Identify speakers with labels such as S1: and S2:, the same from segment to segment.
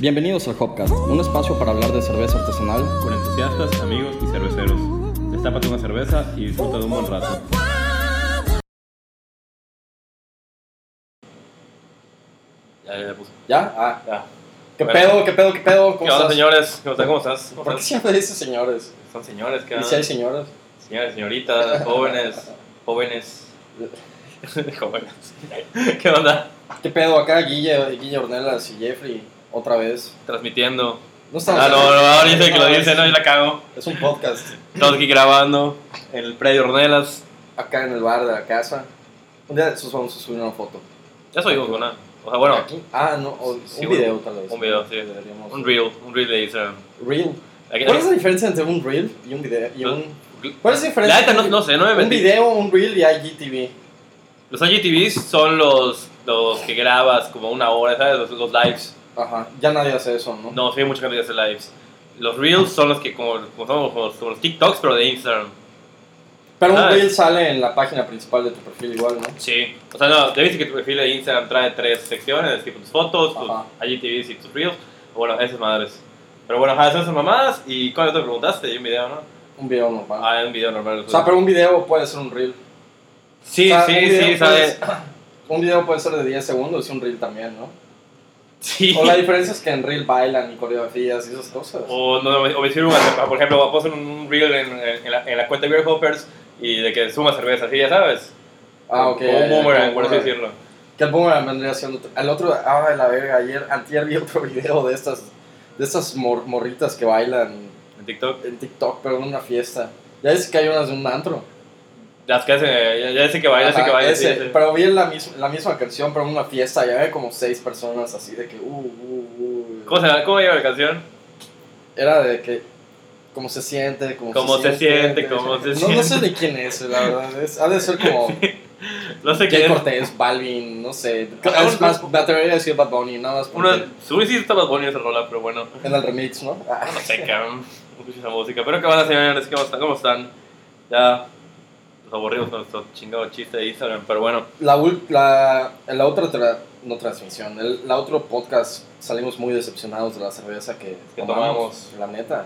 S1: Bienvenidos al Hopcast, un espacio para hablar de cerveza artesanal.
S2: Con entusiastas, amigos y cerveceros. Destápate una cerveza y disfruta de un buen rato. Ya, ya, ya puse.
S1: ¿Ya? Ah,
S2: Ya.
S1: ¿Qué
S2: Bueno.
S1: pedo, qué pedo, qué pedo?
S2: ¿Qué
S1: ¿Cómo
S2: onda,
S1: estás?
S2: señores? ¿Cómo estás? ¿Cómo estás? ¿Cómo
S1: ¿Por qué
S2: estás?
S1: siempre dices señores?
S2: Son señores, ¿qué
S1: ¿Y
S2: onda?
S1: si hay señores?
S2: Señores, señoritas, jóvenes, jóvenes. jóvenes. ¿Qué onda?
S1: ¿Qué pedo acá, Guille, Guille Ornelas y Jeffrey? Otra vez.
S2: Transmitiendo.
S1: No estamos
S2: Ah, no, no, ahora dice que lo
S1: No,
S2: dice, no, yo la cago.
S1: Es un podcast
S2: Estamos aquí grabando en el predio Ornelas.
S1: acá en el bar de la casa. Un día de estos vamos a subir una foto.
S2: Ya subimos una. O sea, bueno,
S1: Aquí. Ah, no, o-
S2: Sí,
S1: un
S2: güey.
S1: video tal vez.
S2: un video, sí.
S1: Deberíamos-
S2: Un reel, un reel de Instagram.
S1: Reel.
S2: Aquí-
S1: ¿Cuál es la diferencia entre un reel y un video? Y
S2: No.
S1: un... ¿Cuál es la diferencia?
S2: La neta, no, no sé, no me
S1: Un
S2: metí.
S1: video, un reel y IGTV.
S2: Los IGTVs son los, los que grabas como una hora, ¿sabes? Los, los lives.
S1: Ajá, ya nadie hace eso, ¿no?
S2: No, sí, hay mucha gente que hace lives. Los Reels son los que, como, como, son como, como los TikToks, pero de Instagram.
S1: Pero un
S2: Ah,
S1: reel sale en la página principal de tu perfil igual, ¿no?
S2: Sí. O sea, no, te viste que tu perfil de Instagram trae tres secciones, tipo tus fotos, tus
S1: Ajá.
S2: IGTVs y tus Reels. Bueno, esas madres. Pero bueno, ajá, esas son mamadas. ¿Y cuál te preguntaste? ¿Y un video, no?
S1: Un video normal.
S2: Ah, un video normal.
S1: o sea, pero un video puede ser un reel.
S2: Sí,
S1: o sea, un
S2: sí,
S1: video pues,
S2: sí,
S1: puede-
S2: ¿sabes?
S1: Un video puede ser de 10 segundos y un reel también, ¿no?
S2: Sí.
S1: O la diferencia es que en reel bailan y coreografías y esas cosas.
S2: O, no, o me sirve una- por ejemplo, vamos a poner un reel en, en la, en la cuenta de Beer Hoppers y de que suma cerveza, sí, ya sabes.
S1: ah, ok.
S2: Como un boomerang, por así
S1: boomerang.
S2: decirlo.
S1: Que el boomerang vendría siendo... Al otro... Ah, de la verga. Ayer, antier vi otro video de estas... De estas mor- morritas que bailan
S2: En TikTok.
S1: en TikTok, pero en una fiesta. Ya dice que hay unas de un antro.
S2: Las que hacen, eh, ya, ya sé que baila, ya sé
S1: Ajá,
S2: que baila. sí,
S1: ese,
S2: sí.
S1: Pero vi la, mis- la misma canción, pero en una fiesta. Ya había como seis personas así de que. Uh, uh, uh.
S2: ¿Cómo, se, ¿Cómo lleva la canción?
S1: Era de que. Cómo se siente, cómo,
S2: Cómo se siente, cómo se
S1: no, No
S2: siente.
S1: sé de quién es, la verdad. es- ha de ser como
S2: No sé
S1: Jay
S2: qué es.
S1: Cortés, Balvin, no sé.
S2: Ah,
S1: Es
S2: un-
S1: más, me atrevería a decir Bad Bunny, nada más. porque
S2: Una, su sí está más bonita esa rola, pero bueno.
S1: En el remix, ¿no? Ah,
S2: No sé, cabrón. No escucho esa música. Pero qué van a señores, ¿Cómo están? ¿Cómo están? Ya. Los aburrimos con nuestro chingado chiste de Instagram, pero bueno.
S1: La, ul- la, en la otra tra- no transmisión, el la otro podcast salimos muy decepcionados de la cerveza que,
S2: Que tomamos.
S1: La neta.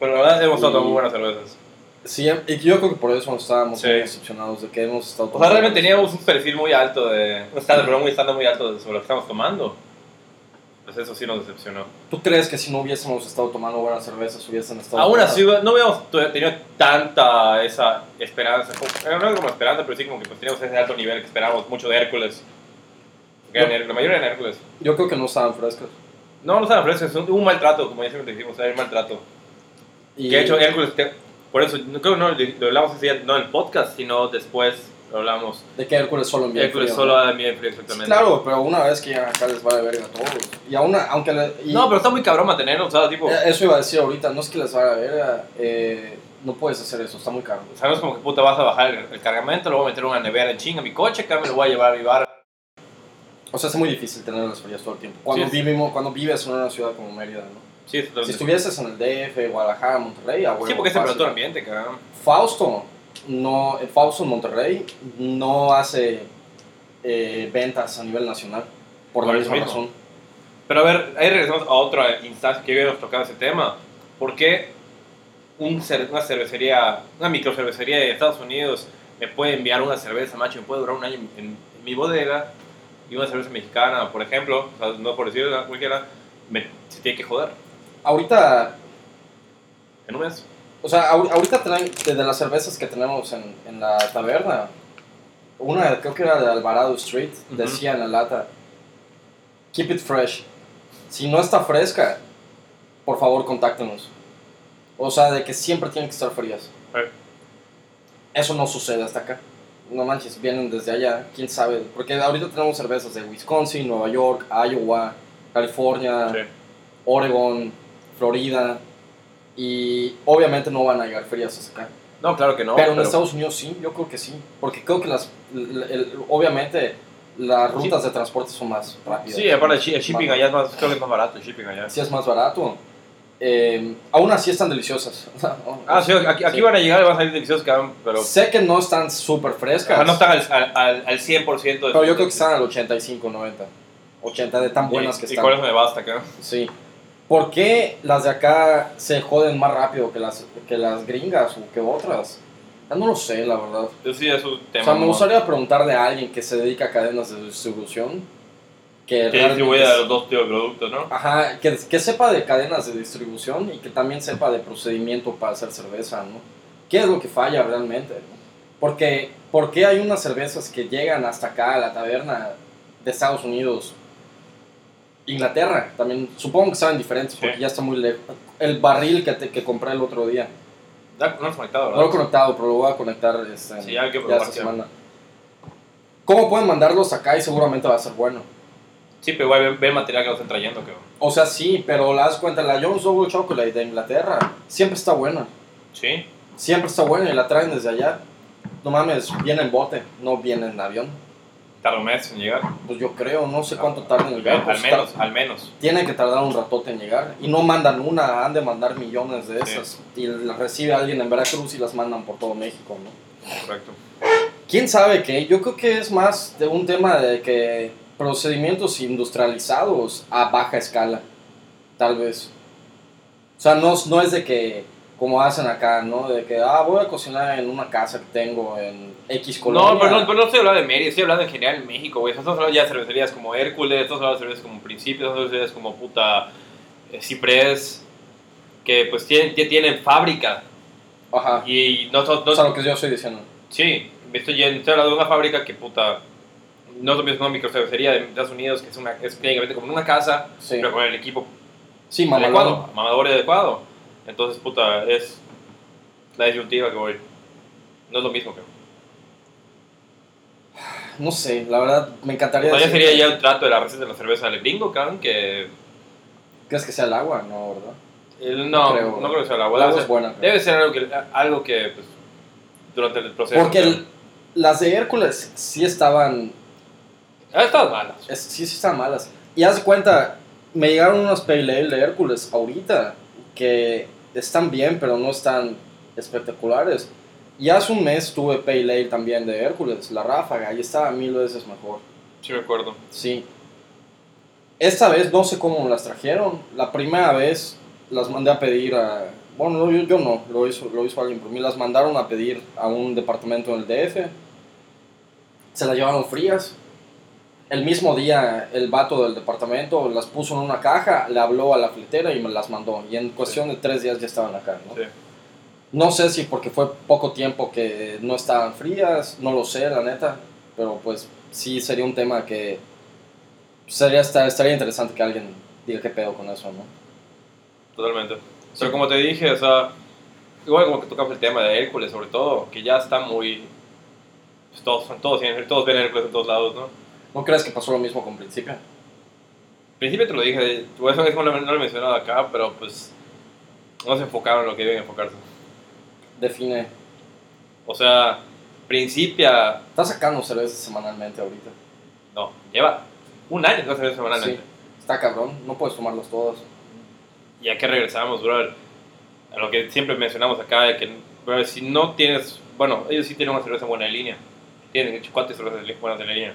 S2: Pero la verdad, hemos estado
S1: Y-
S2: tomando muy buenas cervezas.
S1: Sí, y yo creo que por eso estábamos
S2: Sí.
S1: muy decepcionados de que hemos estado
S2: O sea, realmente teníamos un perfil muy alto de. Un estándar, perdón, muy estándar muy alto de sobre lo que estamos tomando. Pues eso sí nos decepcionó.
S1: ¿Tú crees que si no hubiésemos estado tomando buenas cervezas hubiesen estado...
S2: Aún
S1: buenas?
S2: así, no habíamos tu- tenido tanta esa esperanza. como- No era como esperanza, pero sí como que pues, teníamos ese alto nivel que esperábamos mucho de Hércules. Porque eran Hér- la mayoría eran Hércules.
S1: Yo creo que no estaban frescas.
S2: No, no estaban frescos, un- hubo un maltrato, como ya siempre decimos, era el maltrato.
S1: Y
S2: Que de hecho eh, Hércules, te- por eso, no, creo que no lo hablamos ese día, no en el podcast, sino después lo hablamos.
S1: de que Hércules solo envía
S2: Hércules
S1: frío,
S2: solo
S1: ¿no?
S2: a mí frío,
S1: Sí,
S2: exactamente.
S1: claro, pero una vez que llegan acá les va de verga a todos. Y aún, aunque... le- y-
S2: No, pero está muy cabrón mantenerlo, o sea, tipo.
S1: eh, Eso iba a decir ahorita, no es que les va de verga, eh, no puedes hacer eso, está muy caro.
S2: Sabes como que puta vas a bajar el, el cargamento, lo voy a meter en una nevera en chinga, mi coche, acá me lo voy a llevar a mi bar.
S1: O sea, es muy difícil tener las frías todo el tiempo. Cuando,
S2: Sí, sí.
S1: vivimos, cuando vives en una ciudad como Mérida, ¿no?
S2: Sí, es
S1: Si estuvieses en el DF, Guadalajara, Monterrey, a huevo,
S2: sí porque es
S1: fácil.
S2: temperatura ambiente, cabrón.
S1: Fausto, no, el Fausto en Monterrey no hace eh, ventas a nivel nacional por la
S2: Por eso
S1: misma
S2: mismo.
S1: razón.
S2: Pero a ver, ahí regresamos a otra instancia que habíamos tocado ese tema. ¿Por qué un cer- una cervecería, una microcervecería de Estados Unidos me puede enviar una cerveza, macho, me puede durar un año en, en mi bodega y una cerveza mexicana, por ejemplo, o sea, no por decir una cualquiera, me- se tiene que joder
S1: Ahorita,
S2: en un mes?
S1: o sea, ahor- ahorita traen- de de las cervezas que tenemos en, en la taberna, una creo que era de Alvarado Street,
S2: Ujú.
S1: decía en la lata, keep it fresh. Si no está fresca, por favor contáctenos. O sea, de que siempre tienen que estar frías.
S2: Eh,
S1: Eso no sucede hasta acá. No manches, vienen desde allá, quién sabe. Porque ahorita tenemos cervezas de Wisconsin, Nueva York, Iowa, California,
S2: sí.
S1: Oregon, Florida. Y obviamente no van a llegar frías hasta acá.
S2: No, claro que no.
S1: pero en
S2: pero-
S1: Estados Unidos sí, yo creo que sí. Porque creo que las. el- el- obviamente las rutas de transporte son más rápidas.
S2: Sí, aparte el shi- el shipping
S1: Más-
S2: allá es más, creo que es más barato el shipping allá.
S1: Sí, es más barato. Eh, aún así están deliciosas.
S2: Ah, sí, aquí, aquí
S1: Sí.
S2: van a llegar y van a salir deliciosos, cabrón, pero Ah,
S1: Sé que no están súper
S2: o sea,
S1: frescas.
S2: no están al, al, al, al 100% de
S1: Pero yo creo que están al 85, 90. 80 de tan buenas
S2: y,
S1: que
S2: y
S1: están.
S2: cuáles me basta, creo.
S1: Sí. ¿Por qué las de acá se joden más rápido que las, que las gringas o que otras? Ya no lo sé, la verdad.
S2: Yo sí, es un
S1: o
S2: tema.
S1: sea, me
S2: ¿no?
S1: gustaría preguntarle a alguien que se dedica a cadenas de distribución. Que
S2: Que distribuye
S1: realmente
S2: a los dos tipos de productos, ¿no?
S1: Ajá, que, que sepa de cadenas de distribución y que también sepa de procedimiento para hacer cerveza, ¿no? ¿Qué es lo que falla realmente? no? Porque, ¿Por qué hay unas cervezas que llegan hasta acá, a la taberna de Estados Unidos? Inglaterra, también supongo que saben diferentes porque
S2: Sí.
S1: ya está muy lejos. El barril que, te- que compré el otro día.
S2: Ya no has conectado,
S1: No lo he
S2: ¿verdad?
S1: conectado, pero lo voy a conectar este,
S2: Sí, hay que
S1: ya
S2: probar,
S1: esta
S2: sí.
S1: semana. ¿Cómo pueden mandarlos acá y seguramente va a ser bueno?
S2: Sí, pero igual ve, ve el material que nos están trayendo, creo.
S1: O sea, sí, pero la das cuenta, la Jones Double Chocolate de Inglaterra siempre está buena.
S2: Sí.
S1: Siempre está buena y la traen desde allá. No mames, viene en bote, no viene en avión.
S2: Tardó meses en llegar.
S1: Pues yo creo, no sé cuánto tarda en el viaje. pues,
S2: Al menos, al menos.
S1: Tiene que tardar un ratote en llegar. Y no mandan una, han de mandar millones de
S2: Sí.
S1: esas. Y las recibe alguien en Veracruz y las mandan por todo México, ¿no?
S2: Correcto.
S1: ¿Quién sabe qué? Yo creo que es más de un tema de que procedimientos industrializados a baja escala, tal vez. O sea, no, no es de que, como hacen acá, ¿no? De que, ah, voy a cocinar en una casa que tengo en X colonia.
S2: No, pero no, pero no estoy hablando de Mérida, estoy hablando en general en México, güey. O sea, Estamos hablando ya de cervecerías como Hércules, estamos hablando de cervecerías como Principio, estamos hablando de cervecerías como puta eh, Ciprés, que pues tienen, tie- tienen fábrica.
S1: Ajá,
S2: Y no, no, no-
S1: o sea, lo que yo estoy diciendo.
S2: sí, me estoy, yendo- estoy hablando de una fábrica que puta, no es lo mismo una microcervecería de Estados Unidos, que es, una, es técnicamente como una casa,
S1: Sí,
S2: pero con el equipo
S1: sí mamalón.
S2: adecuado, mamador y adecuado. Entonces, puta, es la disyuntiva que voy. No es lo mismo, creo.
S1: No sé, la verdad, me encantaría
S2: Todavía
S1: decir
S2: sería
S1: que-
S2: Pues ya un trato de la receta de la cerveza del gringo, cabrón, que
S1: ¿Crees que sea el agua? No, ¿verdad?
S2: Él no,
S1: creo.
S2: no creo que sea la
S1: El
S2: abuela.
S1: agua
S2: O sea,
S1: es buena. creo.
S2: debe ser algo que, algo que pues, durante el proceso.
S1: Porque el- las de Hércules sí estaban
S2: Ah, estas malas.
S1: Es- sí, sí están malas. Y haz de cuenta, me llegaron unas Pale Ale de Hércules ahorita, que están bien, pero no están espectaculares. Y hace un mes tuve Pale Ale también de Hércules, la ráfaga, y estaba mil veces mejor.
S2: Sí, me acuerdo.
S1: Sí. Esta vez no sé cómo las trajeron. La primera vez las mandé a pedir a... Bueno, no, yo, yo no, lo hizo, lo hizo alguien por mí. Las mandaron a pedir a un departamento en el DF. Se las llevaron frías. El mismo día el vato del departamento las puso en una caja, le habló a la fletera y me las mandó. Y en cuestión de tres días ya estaban acá, ¿no?
S2: Sí.
S1: No sé si porque fue poco tiempo que no estaban frías, no lo sé, la neta. Pero pues sí sería un tema que sería estar- estaría interesante que alguien diga qué pedo con eso, ¿no?
S2: Totalmente. Pero como te dije, o sea, igual como que tocamos el tema de Hércules, sobre todo, que ya está muy. pues, todos, todos, tienen- todos ven Hércules en todos lados, ¿no?
S1: ¿No crees que pasó lo mismo con Principia?
S2: Al principio te lo dije, por eso mismo no lo no lo he mencionado acá, pero pues. No se enfocaron en lo que deben enfocarse.
S1: Define.
S2: O sea, Principia.
S1: Está sacando cerveza semanalmente ahorita.
S2: No, lleva un año que no se ve semanalmente.
S1: Sí. Está cabrón, no puedes tomarlos todos.
S2: ya que regresamos, brother, a lo que siempre mencionamos acá, de que brother, si no tienes, bueno, ellos sí tienen una cerveza buena en línea, tienen de hecho, cuatro cervezas li- buenas en línea,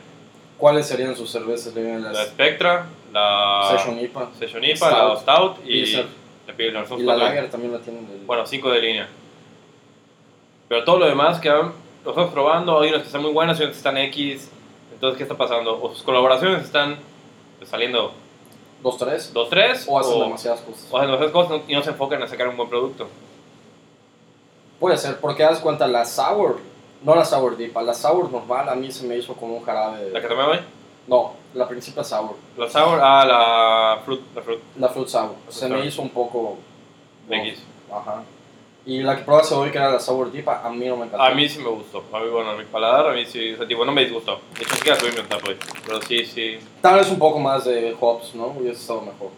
S1: ¿Cuáles serían sus cervezas? Le vienen
S2: la
S1: las
S2: Spectra, la
S1: Session IPA.
S2: Session IPA, la Stout y
S1: Pilsner.
S2: la Pilsner, son
S1: Y la
S2: cuatro.
S1: Lager también la tienen. del-
S2: Ah. bueno, cinco de línea. Pero todo lo demás que han- los estamos probando, hay unas que están muy buenas, hay unas que están X, entonces, ¿qué está pasando? O sus colaboraciones están pues, saliendo
S1: ¿Dos, tres?
S2: 2-3,
S1: O hacen
S2: o,
S1: demasiadas cosas.
S2: o hacen esas cosas y no se enfocan en sacar un buen producto.
S1: Puede ser, porque das cuenta, la sour, no la sour dipa, la sour normal a mí se me hizo como un jarabe. de-
S2: La que tomé hoy.
S1: No, la principal sour,
S2: La sour, ah, la fruit, la fruit
S1: la fruit sour,
S2: fruit
S1: se
S2: sour.
S1: me hizo un poco...
S2: de
S1: no,
S2: X.
S1: Ajá. Y la que probaste hoy, que era la sour dipa, a mí no me encantó.
S2: A mí sí me gustó, a mí, bueno, a mi paladar, a mí sí, o sea, tipo, no me disgustó. De hecho, sí que la subí mi tap hoy, pero sí, sí.
S1: Tal vez un poco más de hops, ¿no? Hubiese estado mejor.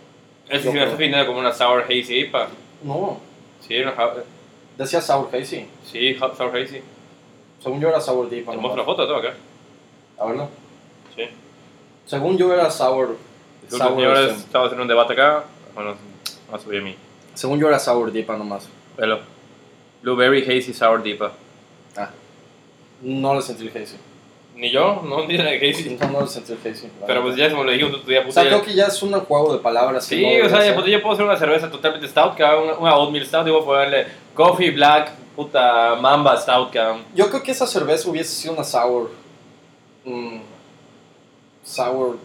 S2: Este
S1: Yo
S2: sí me
S1: creo.
S2: está definiendo como una sour hazy IPA.
S1: No,
S2: Sí, una ha-
S1: decía sour hazy.
S2: sí, hot sour hazy.
S1: Según yo era sour dipa.
S2: Te
S1: nomás.
S2: muestro la foto, tengo acá.
S1: A verlo.
S2: Sí.
S1: Según yo era sour...
S2: Disculpen,
S1: sour
S2: señores,
S1: este,
S2: estaba haciendo un debate acá. Bueno, a subir mi
S1: Según yo era sour dipa nomás.
S2: pelo. Blueberry hazy sour dipa.
S1: No le sentí el hazy.
S2: Ni yo, no, ni la de Casey.
S1: No, no lo sentí el Casey. la verdad.
S2: Pero pues ya como le dije un día,
S1: o
S2: pues
S1: sea,
S2: ya-
S1: creo que ya es un juego de palabras. que
S2: Sí,
S1: no
S2: o
S1: debería
S2: sea,
S1: ser.
S2: pues, yo puedo hacer una cerveza totalmente stout, que haga una, una oatmeal stout, y voy a ponerle coffee black, puta mamba stout, que haga un-
S1: Yo creo que esa cerveza hubiese sido una sour. mm, sour.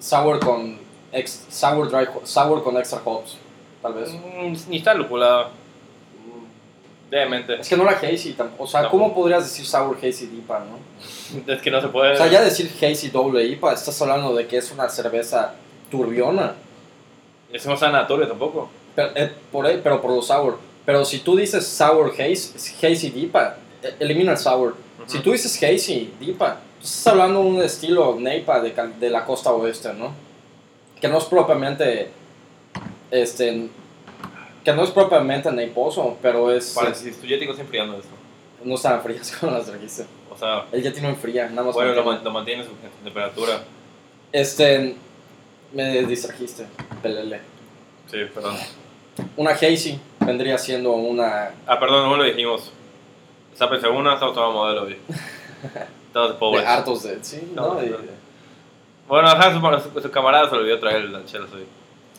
S1: Sour con. Ex, sour, dry, ho- sour con extra hops, tal vez. Mm.
S2: Mm, Ni está lupulada, obviamente.
S1: Es que no era hazy tampoco. O sea,
S2: No.
S1: ¿cómo podrías decir sour hazy IPA, no?
S2: Es que no se puede.
S1: O sea, ya decir hazy doble IPA, estás hablando de que es una cerveza turbiona.
S2: Eso no está en la torre tampoco.
S1: Pero, eh, por, ahí- pero por lo sour. Pero si tú dices sour hazy, hazy IPA, eh, elimina el sour.
S2: Ujú.
S1: Si tú dices hazy IPA, estás hablando de un estilo NEIPA de, cal- de la costa oeste, ¿no? Que no es propiamente. Este. Que no es propiamente neiposo, pero es.
S2: Paréntesis, tú ya te estás enfriando esto.
S1: no están frías como las trajiste.
S2: O sea,
S1: Él ya tiene enfría, nada más.
S2: bueno, lo,
S1: mantiene.
S2: man- lo mantiene en su en su temperatura.
S1: Este. Me distrajiste. Pelele.
S2: Sí, perdón.
S1: Una hazy vendría siendo una.
S2: Ah, perdón, no lo dijimos. Está pensando una, estamos tomando modelo hoy. Estamos
S1: De
S2: pobres.
S1: hartos de. Sí,
S2: No,
S1: no. De-
S2: no. Bueno, ajá, su, su- su camarada se le olvidó traer las chelas hoy.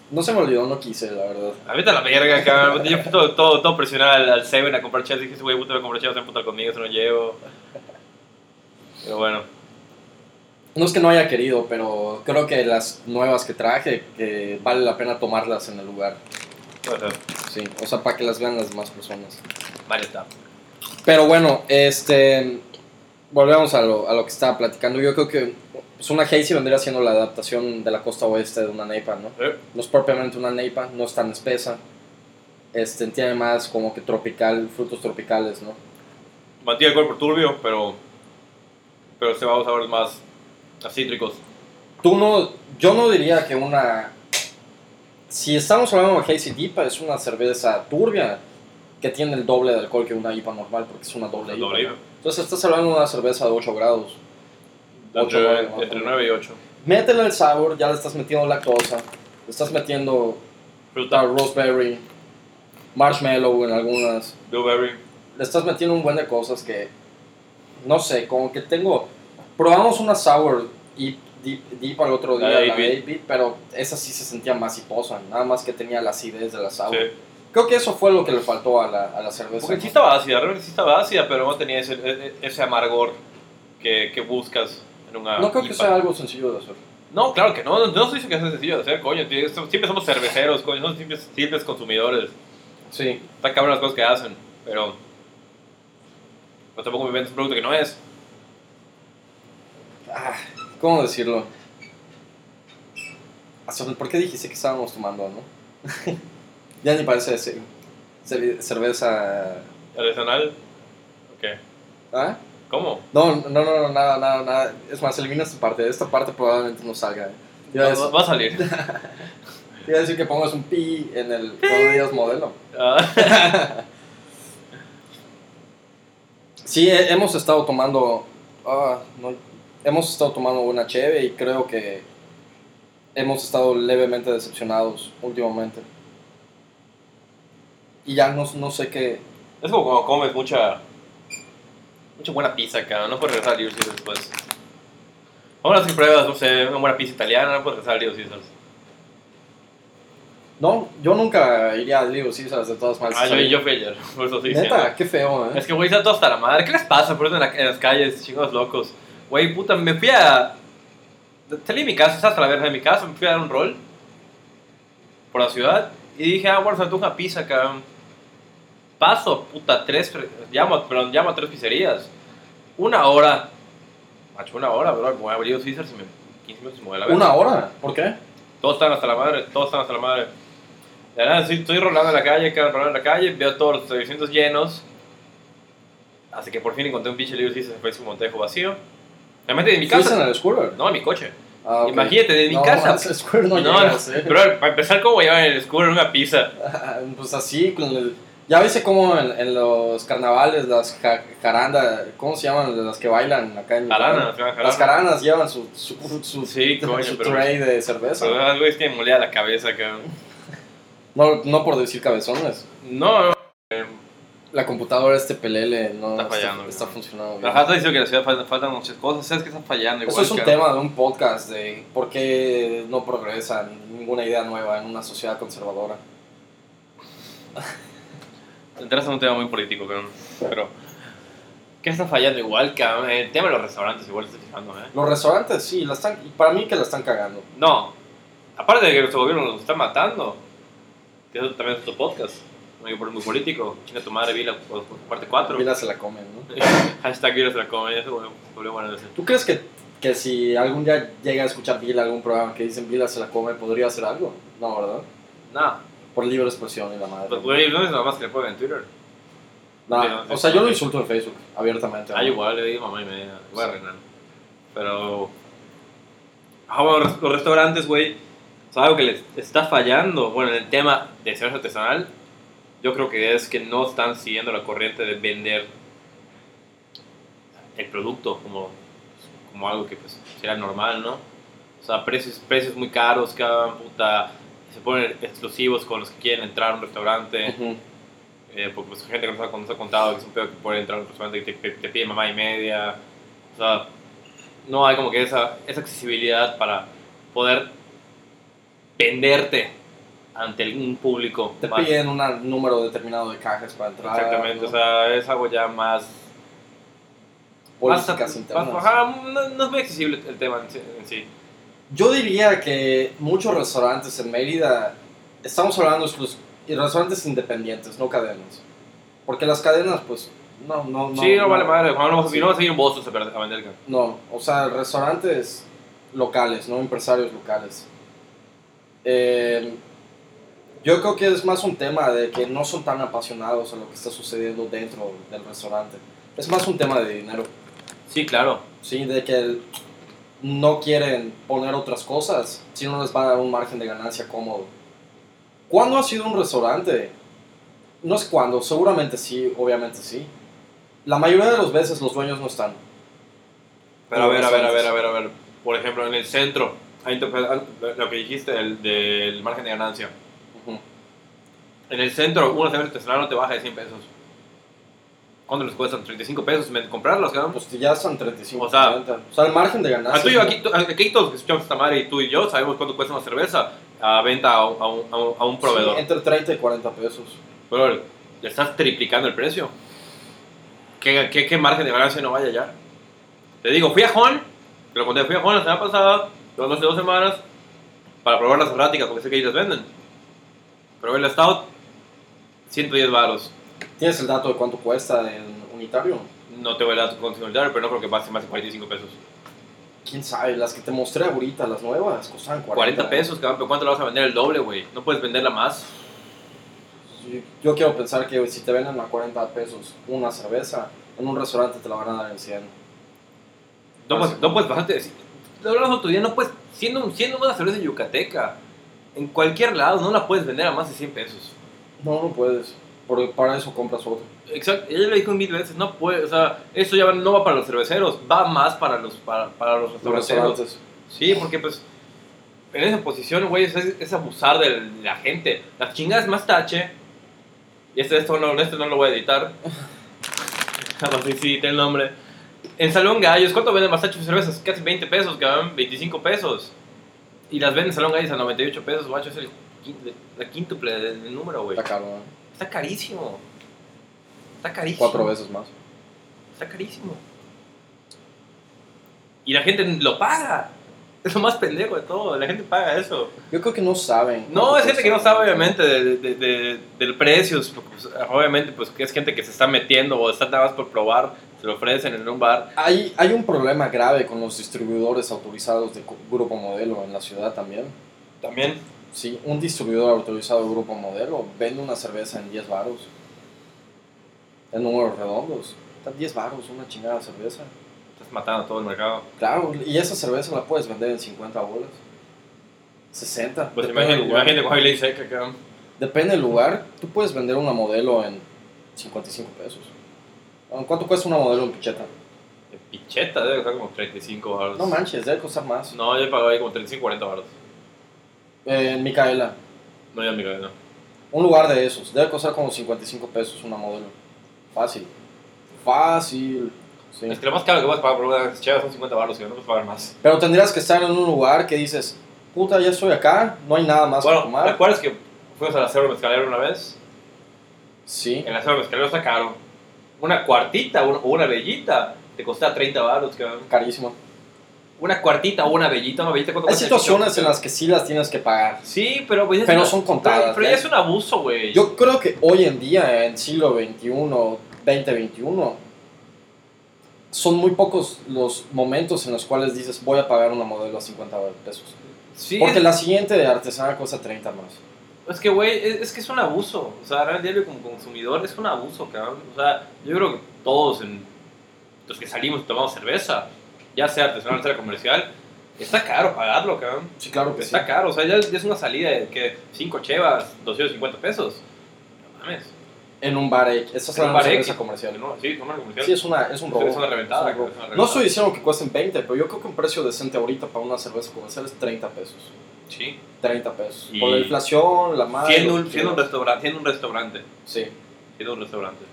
S1: no se me olvidó, no quise, la verdad.
S2: A mí está la verga, cabrón. Yo fui todo, todo, todo presionado al, al Seven a comprar chelas. Dije, ese güey, puta, voy a comprar chelas, se va a puta conmigo, eso no llevo. Pero bueno,
S1: No es que no haya querido, pero creo que las nuevas que traje, que vale la pena tomarlas en el lugar.
S2: o sea,
S1: Sí, o sea, para que las vean las demás personas.
S2: mal está.
S1: Pero bueno, este. Volvemos a lo, a lo que estaba platicando. Yo creo que pues, una Hazy vendría siendo la adaptación de la costa oeste de una Neipa, ¿no?
S2: Eh,
S1: No es propiamente una neipa, no es tan espesa. Este, tiene más como que tropical, frutos tropicales, ¿no?
S2: Mantiene el cuerpo turbio, pero. Pero se va a usar más a cítricos.
S1: Tú no, yo no diría que una... Si estamos hablando de Hazy IPA, es una cerveza turbia que tiene el doble de alcohol que una IPA normal, porque es una doble IPA.
S2: Doble IVA.
S1: Entonces estás hablando de una cerveza de 8 grados. Ocho,
S2: Entre,
S1: nueve, más o
S2: entre
S1: menos.
S2: 9 y 8.
S1: Métele el sabor, ya le estás metiendo lactosa, le estás metiendo
S2: Fruta,
S1: ah, raspberry, marshmallow en algunas.
S2: blueberry.
S1: le estás metiendo un buen de cosas que no sé, como que tengo probamos una sour y deep, deep al otro
S2: La
S1: día,
S2: de
S1: la
S2: 8-bit.
S1: 8-bit, pero esa sí se sentía más hiposa, nada más que tenía la acidez de la sour.
S2: Sí.
S1: Creo que eso fue lo que le faltó a la, a la cerveza.
S2: Porque
S1: ¿no?
S2: sí estaba ácida, realmente sí estaba ácida, pero no tenía ese, e- e- ese amargor que, que buscas en una.
S1: No creo que
S2: IPA.
S1: sea algo sencillo de hacer.
S2: No, claro que no, no, no estoy diciendo que sea sencillo de hacer, coño. tío, esto- Siempre somos cerveceros, coño, somos simples, simples consumidores.
S1: Sí,
S2: Está cabrón las cosas que hacen, pero. Pero tampoco me vendes un producto que no es.
S1: Ah, ¿cómo decirlo? Hasta, ¿Por qué dijiste que estábamos tomando, no? ya ni parece ese- cer- cerveza...
S2: Artesanal. Ok.
S1: ¿Ah?
S2: ¿Cómo?
S1: No, no, no, no, nada, nada, nada. Es más, elimina esta parte. Esta parte probablemente no salga. eh. Te iba a
S2: Va,
S1: decir,
S2: va- va a salir.
S1: te iba a decir que pongas un pi en el cuando digas modelo.
S2: Ah,
S1: Sí, he- hemos estado tomando. ah, no, hemos estado tomando una cheve y creo que hemos estado levemente decepcionados últimamente. Y ya no, no sé qué.
S2: es como cuando comes mucha. Mucha buena pizza, cabrón. No puedes regresar a Little Caesars después. Vamos a hacer pruebas, no sé, una buena pizza italiana, no puedes regresar a Little Caesars.
S1: No, yo nunca iría a Little Caesars de todas maneras.
S2: Ah, yo, yo fui ayer, por eso estoy diciendo.
S1: Neta, qué feo, ¿eh?
S2: Es que, güey, está todo hasta la madre. ¿Qué les pasa por eso en, la- en las calles, chicos locos? Güey, puta, me fui a... Salí de mi casa, estaba hasta la verga de mi casa, me fui a dar un rol por la ciudad y dije, ah, bueno, saltó una pizza, cabrón. Paso, puta, tres, fre- llamo, a- perdón, llamo a tres pizzerías. Una hora, macho, una hora, bro, me voy a abrir dos pizzas y me... 15 minutos y me voy a la verga.
S1: Una hora. ¿Por qué?
S2: Todos están hasta la madre, todos están hasta la madre. De nada, estoy, estoy rolando en la calle, cabrón, rolando en la calle, veo todos los establecimientos llenos. Así que por fin encontré un pinche libro y se fue su montejo vacío. Realmente de mi
S1: ¿Fuiste en
S2: casa.
S1: el Scooter?
S2: No, a mi coche.
S1: Ah, ok.
S2: Imagínate, de mi
S1: no,
S2: casa.
S1: al Square no,
S2: No,
S1: llegas, eh.
S2: Pero para empezar, ¿cómo voy a llevar en el escudo en una pizza?
S1: Ah, Pues así, con el- ya viste cómo en, en los carnavales las ja- jaranda, ¿cómo se llaman? Las que bailan acá en
S2: Jarana, se llama jarana.
S1: Las jaranas llevan su, su, su,
S2: Sí, coño,
S1: su
S2: pero-
S1: tray de cerveza.
S2: Pero algo es que me molea la cabeza, cabrón.
S1: No, no por decir cabezones.
S2: No, no, eh,
S1: la computadora este pelele no
S2: Está
S1: está,
S2: fallando,
S1: está
S2: güey.
S1: funcionando bien.
S2: La Jata dice que en la ciudad faltan, faltan muchas cosas. ¿Sabes que están fallando?
S1: Eso
S2: igual
S1: es un
S2: que-
S1: tema de un podcast de por qué no progresa ninguna idea nueva en una sociedad conservadora.
S2: Entraste en un tema muy político, cabrón. Pero. ¿Qué está fallando igual, cabrón? El tema de los restaurantes, igual te estás fijando, ¿eh?
S1: Los restaurantes sí, la están, y para mí que la están cagando.
S2: No. Aparte de que nuestro gobierno nos está matando. Que eso también es otro podcast. No hay que poner muy político. Chinga tu madre, vi la o- parte 4.
S1: Mira, se la comen, ¿no?
S2: Hashtag virus la comen. Eso volvió- volvió bueno ese.
S1: ¿Tú crees que, que si algún día llega a escuchar Vila algún programa que dicen Vila se la come, podría hacer algo? No, ¿verdad?
S2: Nah.
S1: Por libre expresión y la madre.
S2: Pues, güey, no es nada más que le ponen en Twitter.
S1: No,
S2: Pero-
S1: o sea, yo lo insulto en Facebook, abiertamente.
S2: este- Ah, igual, le digo mamá y media. Voy a arruinar. Pero. Ah, bueno, res- los restaurantes, güey. O sea, algo que les está fallando. Bueno, en el tema de cerveza artesanal, yo creo que es que no están siguiendo la corriente de vender el producto como, como algo que pues será normal, ¿no? O sea, precios, precios muy caros, cada puta. Se ponen exclusivos con los que quieren entrar a un restaurante.
S1: Ujú.
S2: Eh, porque pues, gente que nos ha, nos ha contado que es un pedo que puede entrar a un restaurante que te, te pide mamá y media. O sea, no hay como que esa, esa accesibilidad para poder venderte ante un público.
S1: Te
S2: más-
S1: piden un número determinado de cajas para entrar.
S2: Exactamente,
S1: ¿no?
S2: o sea, es algo ya más...
S1: Políticas
S2: más-
S1: internas.
S2: más- ajá, no, no es muy accesible el tema en sí. en sí.
S1: Yo diría que muchos restaurantes en Mérida, estamos hablando de exclus- y restaurantes independientes, no cadenas. Porque las cadenas, pues, no, no, no.
S2: sí, no, vale madre, Juan, no, vas a-
S1: Sí.
S2: no vas a ir en Boston a per- a vender. cabrón.
S1: No, o sea, restaurantes locales, no empresarios locales. Eh, yo creo que es más un tema de que no son tan apasionados a lo que está sucediendo dentro del restaurante. Es más un tema de dinero,
S2: Sí, claro.
S1: ¿sí? De que el- no quieren poner otras cosas, si no les va a dar un margen de ganancia cómodo. ¿Cuándo ha sido un restaurante? No es cuándo, seguramente sí, obviamente sí. La mayoría de las veces los dueños no están.
S2: Pero a ver, a ver, a ver, a ver, a ver. Por ejemplo, en el centro, ahí te- ah, lo que dijiste del, del margen de ganancia.
S1: Ujú.
S2: En el centro, una cerveza artesanal no te baja de 100 pesos. ¿Cuánto les cuestan? ¿35 pesos men, comprarlas, cabrón?
S1: Pues ya son 35.
S2: O sea,
S1: 40. o sea el margen de
S2: Ah,
S1: ganancia.
S2: tú y yo,
S1: es
S2: aquí, tú- aquí todos que escuchamos esta madre y tú y yo sabemos cuánto cuesta una cerveza a venta a un, a un- a un- a un
S1: sí, eh.
S2: proveedor.
S1: entre 30 y 40 pesos.
S2: Pero le estás triplicando el precio. ¿Qué, qué, qué margen de ganancia no vaya ya? Te digo, fui a Juan, te lo conté, fui a Juan la semana pasada, dos- hace dos semanas, para probar las erráticas, porque sé que ahí las venden. Probé el Stout, 110 baros.
S1: ¿Tienes el dato de cuánto cuesta en unitario?
S2: No te voy a dar tu continuidad, pero no creo que pase más de 45 pesos.
S1: ¿Quién sabe? Las que te mostré ahorita, las nuevas, costaban 40.
S2: 40 pesos, cabrón, pero ¿cuánto la vas a vender el doble, güey? No puedes venderla más.
S1: Yo, yo quiero pensar que si te venden a 40 pesos una cerveza, en un restaurante te la van a dar en 100.
S2: No, puedes- no puedes bajarte. de- Lo hablamos otro día, no puedes. Siendo, un- siendo una cerveza yucateca, en cualquier lado, no la puedes vender a más de 100 pesos.
S1: No, no puedes. Porque para eso compras otro.
S2: Exacto, ella lo dijo mil veces, no puede, o sea, eso ya va- no va para los cerveceros, va más para los, para, para los
S1: Los
S2: restauranteros.
S1: restaurantes.
S2: Sí, porque pues, en esa posición, güey, es, es abusar del- de la gente. Las chingadas más tache, y este, esto no, este no lo voy a editar, jamás visite el nombre. En Salón Gallos, ¿cuánto venden más tache cervezas? Casi 20 pesos, cabrón, 25 pesos. Y las venden en Salón Gallos a 98 pesos, guacho, es el, quín- la quíntuple del, del número, güey.
S1: Está caro, ¿eh?
S2: Está carísimo. Está carísimo.
S1: Cuatro veces más.
S2: Está carísimo. Y la gente lo paga. Es lo más pendejo de todo. La gente paga eso.
S1: Yo creo que no saben.
S2: No,
S1: cuánto
S2: es gente que no
S1: cuesta.
S2: sabe, obviamente, de, de, de- del precio. Pues, obviamente, pues que es gente que se está metiendo o está nada más por probar. Se lo ofrecen en un bar.
S1: Hay, hay un problema grave con los distribuidores autorizados de Grupo Modelo en la ciudad también.
S2: También.
S1: Sí, un distribuidor autorizado de Grupo Modelo vende una cerveza en 10 baros. En números redondos. Está 10 baros, una chingada cerveza.
S2: Estás matando a todo el mercado.
S1: Claro, y esa cerveza la puedes vender en 50 bolas. 60.
S2: Pues
S1: depende del
S2: imagínate,
S1: lugar.
S2: imagínate con y Seca, cabrón.
S1: Depende del lugar. Tú puedes vender una modelo en 55 pesos. ¿Cuánto cuesta una modelo en picheta?
S2: De Picheta, debe costar como 35 baros.
S1: No manches, debe costar más.
S2: No, yo pagaba ahí como 35, 40 baros.
S1: Eh, en Micaela.
S2: No, ya me no.
S1: Un lugar de esos. Debe costar como 55 pesos una modelo. Fácil. Fácil. Sí.
S2: Es que lo más caro que vas a pagar por una chava son 50 baros, y no puedes pagar más.
S1: Pero tendrías que estar en un lugar que dices, puta, ya estoy acá, no hay nada más para
S2: Bueno,
S1: tomar.
S2: ¿te acuerdas que fuimos al acero mezcalero una vez?
S1: Sí.
S2: En el acero mezcalero está caro. Una cuartita o una- o una bellita te costaba 30 baros, cabrón.
S1: Carísimo.
S2: Una cuartita o una bellita, una bellita, ¿cuánto
S1: Hay
S2: cuesta?
S1: situaciones en las que sí las tienes que pagar.
S2: Sí, pero pues ya es
S1: Pero
S2: una-
S1: son contadas,
S2: Pero, pero ya
S1: ¿eh?
S2: es un abuso, güey.
S1: Yo creo que hoy en día, en siglo XXI, 2021, son muy pocos los momentos en los cuales dices voy a pagar una modelo a 50 pesos.
S2: Sí,
S1: Porque
S2: es-
S1: la siguiente de artesana cuesta 30 más.
S2: Es que, güey, es, es que es un abuso. O sea, realmente diario como consumidor es un abuso, cabrón. O sea, yo creo que todos en- los que salimos y tomamos cerveza, ya sea artesanal, sea comercial, está caro pagarlo, cabrón.
S1: Sí, claro que sí.
S2: Está caro, o sea, ya, ya es una salida de que 5 chevas, 250 pesos. No mames.
S1: En un bar X. Esta es
S2: En un
S1: una
S2: bar
S1: cerveza
S2: X.
S1: comercial.
S2: No, sí, toma el comercial.
S1: Sí, es, una, es un robo.
S2: Es una reventada,
S1: Es un robo.
S2: es una reventada.
S1: No estoy diciendo que cuesten 20, pero yo creo que un precio decente ahorita para una cerveza comercial es 30 pesos.
S2: Sí.
S1: 30 pesos.
S2: Y-
S1: Por la inflación, la madre.
S2: Siendo
S1: lo
S2: un,
S1: que
S2: siendo un
S1: quieras.
S2: restaurante, siendo un restaurante,
S1: Sí.
S2: siendo un restaurante.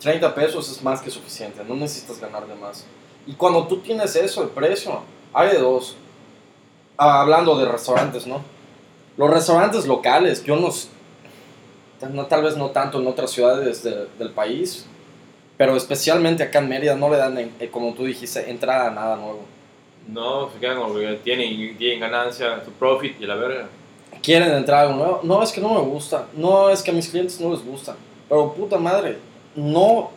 S1: 30 pesos es más que suficiente, no necesitas ganar de más. Y cuando tú tienes eso, el precio, hay de dos. Ah, hablando de restaurantes, ¿no? Los restaurantes locales, yo no, s- tal- no- tal vez no tanto en otras ciudades de- del país, pero especialmente acá en Mérida no le dan, en- eh, como tú dijiste, entrada a nada nuevo.
S2: No, se quedan como que tienen, tienen ganancia, su profit y la verga.
S1: Quieren entrar a algo nuevo. No, es que no me gusta. No, es que a mis clientes no les gusta. Pero puta madre, no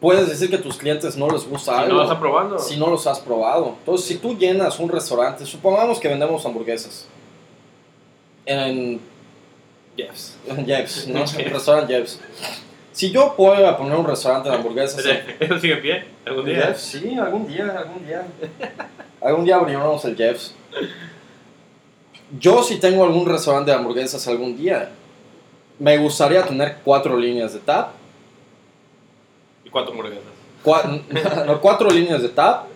S1: puedes decir que a tus clientes no les gusta
S2: Si
S1: algo.
S2: no lo están probando.
S1: si no los has probado. Entonces, si tú llenas un restaurante, supongamos que vendemos hamburguesas en,
S2: Yes.
S1: en Jeff's, ¿no?
S2: Sí.
S1: En restaurante Jeff's. Si yo puedo poner un restaurante de hamburguesas en
S2: ¿Eso sigue en pie? ¿Algún
S1: en
S2: día?
S1: Jeff's, sí, algún día, algún día. algún día abriremos el Jeff's. Yo si tengo algún restaurante de hamburguesas algún día, me gustaría tener cuatro líneas de tap,
S2: ¿Y cuánto hamburguesas?
S1: cua- no, cuatro líneas de tap,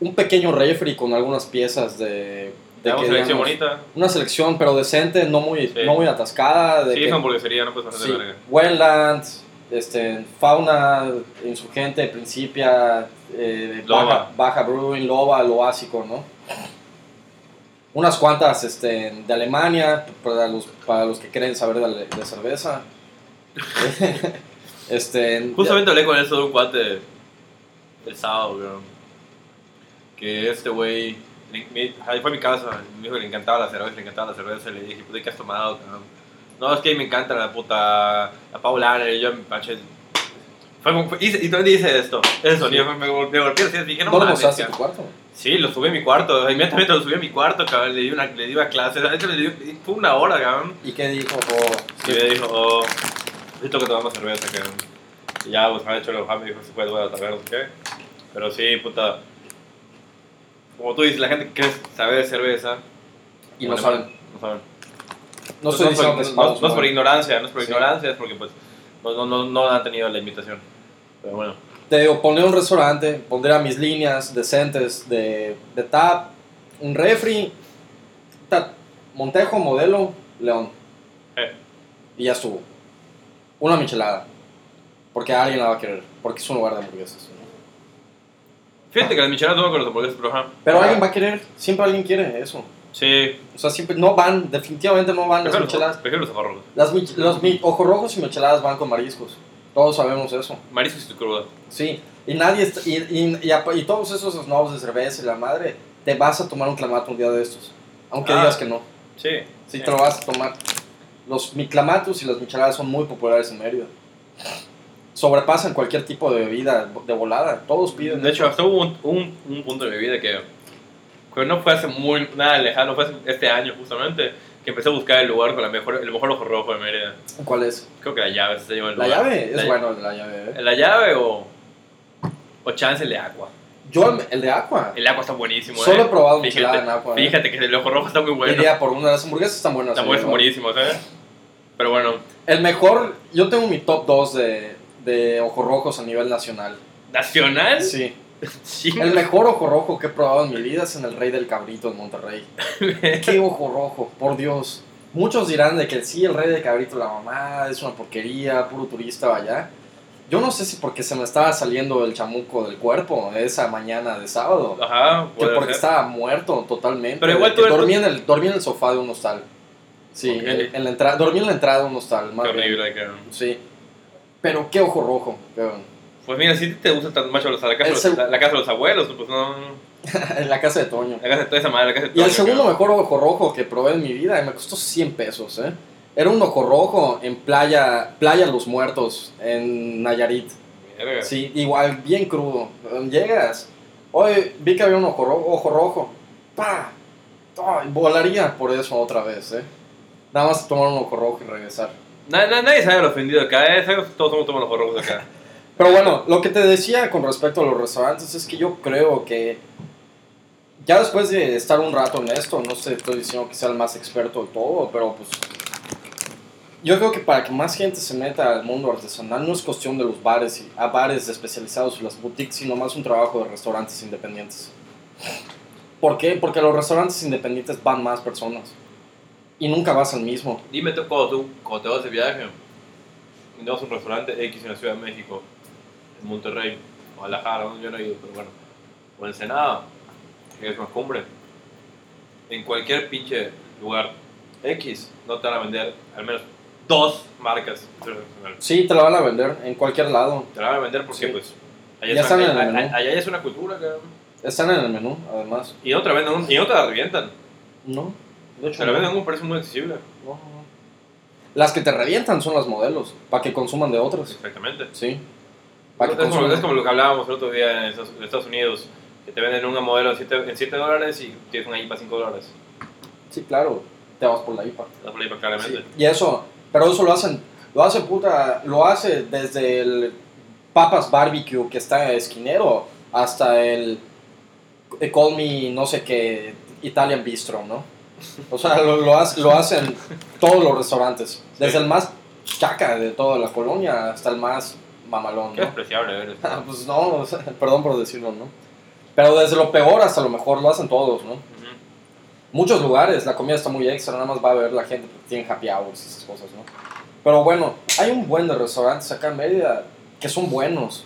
S1: un pequeño refri con algunas piezas de... de
S2: Tenemos
S1: que,
S2: selección
S1: digamos,
S2: bonita.
S1: una selección, pero decente, no muy,
S2: Sí.
S1: no muy atascada. De
S2: Sí,
S1: que-
S2: es hamburguesería, no puedes
S1: sí,
S2: poner de verga.
S1: Wetland, este, Fauna, Insurgente, Principia, eh,
S2: Loba.
S1: Baja, Baja Brewing, Loba, lo básico, ¿no? Unas cuantas este, de Alemania, para los, para los que quieren saber de, ale- de cerveza. este,
S2: Justamente hablé con eso de un cuate el sábado, bro. Que este güey. le- me- Ahí fue a mi casa, me dijo que le encantaba la cerveza, le encantaba la cerveza. Le dije, puta, ¿qué has tomado, cabrón? No, es que me encanta la puta. La Paulana, y yo me panché. Fue como. fue- hice- y también hice esto, ese sonido, me, me, gol- me golpeé así, dije, no,
S1: ¿No lo
S2: mames,
S1: mostraste en
S2: cabrón".
S1: tu cuarto?
S2: Sí, lo subí a mi cuarto, inmediatamente lo subí a mi cuarto, cabrón, le di una, le di una clase, de hecho le di, fue una hora, cabrón.
S1: ¿Y qué dijo? Oh,
S2: Y me dijo, oh, necesito que tomamos cerveza, cabrón. Y ya, pues, me ha hecho el ojal, me dijo, se puede, voy a la taberna, no sé ¿qué? Pero sí, puta, como tú dices, la gente que quiere saber de cerveza...
S1: y no
S2: bueno,
S1: saben.
S2: No saben.
S1: No estoy diciendo que
S2: Pues por, no,
S1: sepamos,
S2: no es por
S1: ¿no?
S2: ignorancia, no es por
S1: Sí.
S2: ignorancia, es porque, pues, no, no, no, no han tenido la invitación. Pero bueno,
S1: Te digo, pondré un restaurante, pondré a mis líneas decentes de, de tap, un refri, ta- Montejo, modelo, León.
S2: Eh.
S1: Y ya estuvo. Una michelada. Porque alguien la va a querer. Porque es un lugar de hamburguesas. ¿no?
S2: fíjate que las micheladas toman con los hamburgueses, pero ajá.
S1: Pero alguien va a querer. Siempre alguien quiere eso.
S2: Sí,
S1: O sea, siempre no van. Definitivamente no van las
S2: prefiero, los-
S1: micheladas.
S2: prefiero los agarros.
S1: Las mich- los mi- ojos rojos y micheladas van con mariscos. Todos sabemos eso.
S2: Mariscos y cruda.
S1: Sí, y nadie está- y, y, y a- y todos esos snobs de cerveza y la madre, te vas a tomar un clamato un día de estos. Aunque
S2: Ah. Eh.
S1: digas que no,
S2: Sí.
S1: sí, te lo vas a tomar. Los mi- clamatos y las micheladas son muy populares en Mérida. Sobrepasan cualquier tipo de bebida de volada, todos piden.
S2: De hecho, hasta hubo un, un- un punto de mi vida que, que no fue hace muy nada lejano, fue hace este año justamente, que empecé a buscar el lugar con la mejor, el mejor ojo rojo de Mérida.
S1: ¿Cuál es?
S2: Creo que la llave se llama el
S1: La
S2: lugar.
S1: llave, es
S2: La-
S1: bueno la llave. ¿eh?
S2: La llave o, o chance el de agua.
S1: Yo, el- el de Aqua,
S2: El agua está buenísimo.
S1: solo
S2: eh.
S1: he probado
S2: Fíjate,
S1: michelada en Aqua. ¿eh?
S2: Fíjate que el ojo rojo está muy bueno.
S1: Iría por una, las hamburguesas están buenas.
S2: Está
S1: ahí,
S2: muy
S1: ¿no?
S2: buenísimo, ¿sabes? Pero bueno,
S1: El mejor, yo tengo mi top 2 de, de ojos rojos a nivel nacional.
S2: nacional.
S1: Sí.
S2: Sí.
S1: El mejor ojo rojo que he probado en mi vida es en el Rey del Cabrito en Monterrey. ¡Qué ojo rojo! Por Dios. Muchos dirán de que sí, el Rey del Cabrito, la mamá, es una porquería, puro turista allá. Yo no sé si porque se me estaba saliendo el chamuco del cuerpo esa mañana de sábado.
S2: Ajá,
S1: Que
S2: Ah, puede
S1: porque
S2: ser.
S1: estaba muerto totalmente.
S2: Pero igual
S1: Que
S2: tú eres-
S1: dormí, en el, dormí en el sofá de un hostal. Sí,
S2: Ok.
S1: en- en la entrada, dormí en la entrada de un hostal.
S2: Qué
S1: Más bien.
S2: horrible, cabrón.
S1: Sí. Pero qué ojo rojo. cabrón.
S2: Pues mira, si te gustan tan macho los, la, casa,
S1: El
S2: de
S1: seg-
S2: los- la, la casa de los abuelos, pues no.
S1: en la casa de Toño.
S2: La casa de toda esa madre, la casa de
S1: Y el
S2: Toño,
S1: segundo
S2: cabrón.
S1: mejor ojo rojo que probé en mi vida y me costó 100 pesos, ¿eh? Era un ojo rojo en playa, playa Los Muertos, en Nayarit.
S2: Verga.
S1: Sí, igual, bien crudo. Llegas. Hoy vi que había un ojo, ro- ojo rojo. ¡Pa! Ay, Volaría por eso otra vez, ¿eh? Nada más tomar un ojo rojo y regresar.
S2: Na- na- nadie sabe lo ofendido acá, eh, sabemos que todos somos todos los horrores acá.
S1: Pero bueno, lo que te decía con respecto a los restaurantes es que yo creo que ya después de estar un rato en esto, no sé, estoy diciendo que sea el más experto de todo, pero pues yo creo que para que más gente se meta al mundo artesanal no es cuestión de los bares y a bares especializados y las boutiques, sino más un trabajo de restaurantes independientes. ¿Por qué? Porque a los restaurantes independientes van más personas y nunca vas al mismo.
S2: Dime tú cuando, tú, cuando te vas de viaje, y no vas a un restaurante X en la Ciudad de México, en Monterrey, o Guadalajara, donde yo no he ido, pero bueno, o Ensenada, que es más cumbre, en cualquier pinche lugar X, no te van a vender al menos dos marcas internacionales.
S1: Sí, te la van a vender en cualquier lado.
S2: Te la van a vender porque,
S1: Sí.
S2: pues, allá,
S1: Ya
S2: es
S1: saben el
S2: una, a-
S1: menú.
S2: a- allá es una cultura, cabrón.
S1: Están en el menú, además.
S2: Y no te la venden, un- y no te la revientan,
S1: No. De hecho,
S2: te la venden a un precio muy accesible.
S1: No, no, no. Las que te revientan son las modelos, para que consuman de otras.
S2: Exactamente.
S1: Sí. Para
S2: Es
S1: que
S2: como, es
S1: consuman.
S2: como lo que hablábamos el otro día en Estados, en Estados Unidos, que te venden una modelo en 7, en siete dólares y tienes una IPA 5 dólares.
S1: Sí, claro. Te vas por la IPA.
S2: La IPA pues, claramente.
S1: Sí. Y eso, pero eso lo hacen, lo hace puta, lo hace desde el Papas Barbecue que está en esquinero hasta el eh, Call Me, no sé qué, Italian Bistro, ¿no? O sea, lo, lo, hace- lo hacen todos los restaurantes, desde
S2: Sí.
S1: el más chaca de toda la colonia hasta el más mamalón,
S2: Qué
S1: ¿no?
S2: despreciable eres.
S1: Ah, pues no, o sea, perdón por decirlo, ¿no? Pero desde lo peor hasta lo mejor lo hacen todos, ¿no?
S2: Ujú.
S1: Muchos lugares la comida está muy extra, nada más va a ver la gente porque tienen happy hours y esas cosas, ¿no? Pero bueno, hay un buen de restaurantes acá en Mérida que son buenos.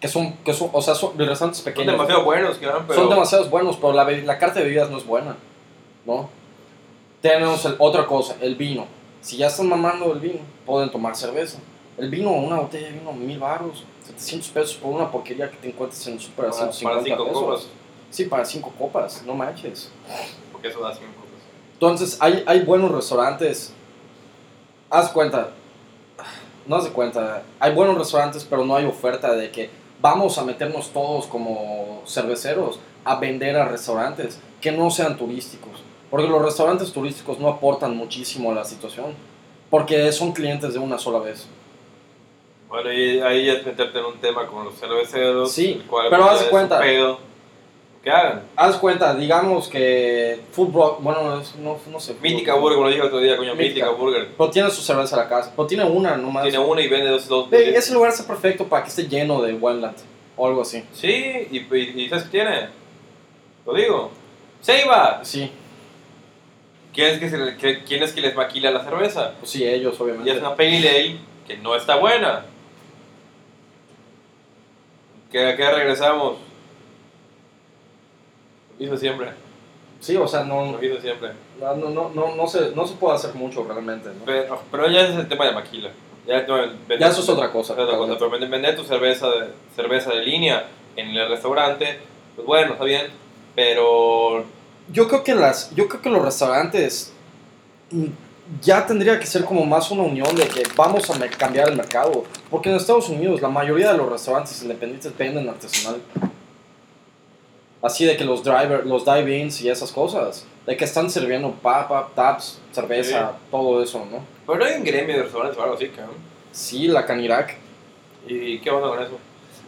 S1: Que son, que son o sea, son de restaurantes
S2: Son
S1: pequeños.
S2: demasiado buenos, cabrón, pero...
S1: Son demasiados buenos, pero la, be- la carta de bebidas no es buena, ¿no? Tenemos el- otra cosa, el vino. Si ya están mamando el vino, pueden tomar cerveza. El vino, una botella de vino, mil baros, 700 pesos por una porquería que te encuentres en el super a
S2: para,
S1: 150
S2: para 5
S1: pesos.
S2: copas,
S1: Sí, para cinco copas, no manches.
S2: porque eso da 5 copas.
S1: Entonces, hay, hay buenos restaurantes. Haz cuenta. No haz de cuenta. Hay buenos restaurantes, pero no hay oferta de que vamos a meternos todos como cerveceros a vender a restaurantes que no sean turísticos. Porque los restaurantes turísticos no aportan muchísimo a la situación. Porque son clientes de una sola vez.
S2: Bueno, y ahí es meterte en un tema con los cerveceros,
S1: Sí,
S2: el cual
S1: pero
S2: pues,
S1: haz
S2: es un
S1: cuenta.
S2: pedo. ¿Qué hagan?
S1: Haz cuenta, digamos que Food Rock- bueno, es- no, no sé. Food
S2: Mítica
S1: Rock,
S2: Burger, como lo dije el otro día, coño,
S1: Mítica.
S2: Mítica Burger.
S1: Pero tiene su cerveza a la casa. Pero tiene una nomás.
S2: Tiene una y vende dos, dos.
S1: Ve, Ese lugar está perfecto para que esté lleno de Wildland o algo así.
S2: Sí, y, y, y ¿sabes qué tiene? Lo digo. ¡Seiba!
S1: Sí,
S2: ¿Quién es que, se le- que- quién es que les maquila la cerveza?
S1: pues sí, ellos
S2: Y es
S1: obviamente.
S2: una pale ale que no está buena. Que acá regresamos. Lo mismo siempre,
S1: Sí, o sea, no,
S2: lo mismo siempre.
S1: no, no, no, no, se, no se puede hacer mucho realmente. ¿no?
S2: Pero, pero ya es el tema de maquila. Ya, el tema de vender-
S1: Ya eso es otra cosa.
S2: otra cosa,
S1: realmente.
S2: Pero vender, vender tu cerveza de, cerveza de línea en el restaurante, pues bueno, está bien. Pero
S1: Yo creo que las, yo creo que los restaurantes mm, ya tendría que ser como más una unión de que vamos a me- cambiar el mercado, porque en Estados Unidos la mayoría de los restaurantes independientes venden artesanal. Así de que los driver, los dive-ins y esas cosas, de que están sirviendo papa, taps, cerveza, todo eso, ¿no?
S2: pero no hay un gremio de restaurantes o algo así, cabrón.
S1: Sí, la Canirac.
S2: ¿Y qué onda con eso?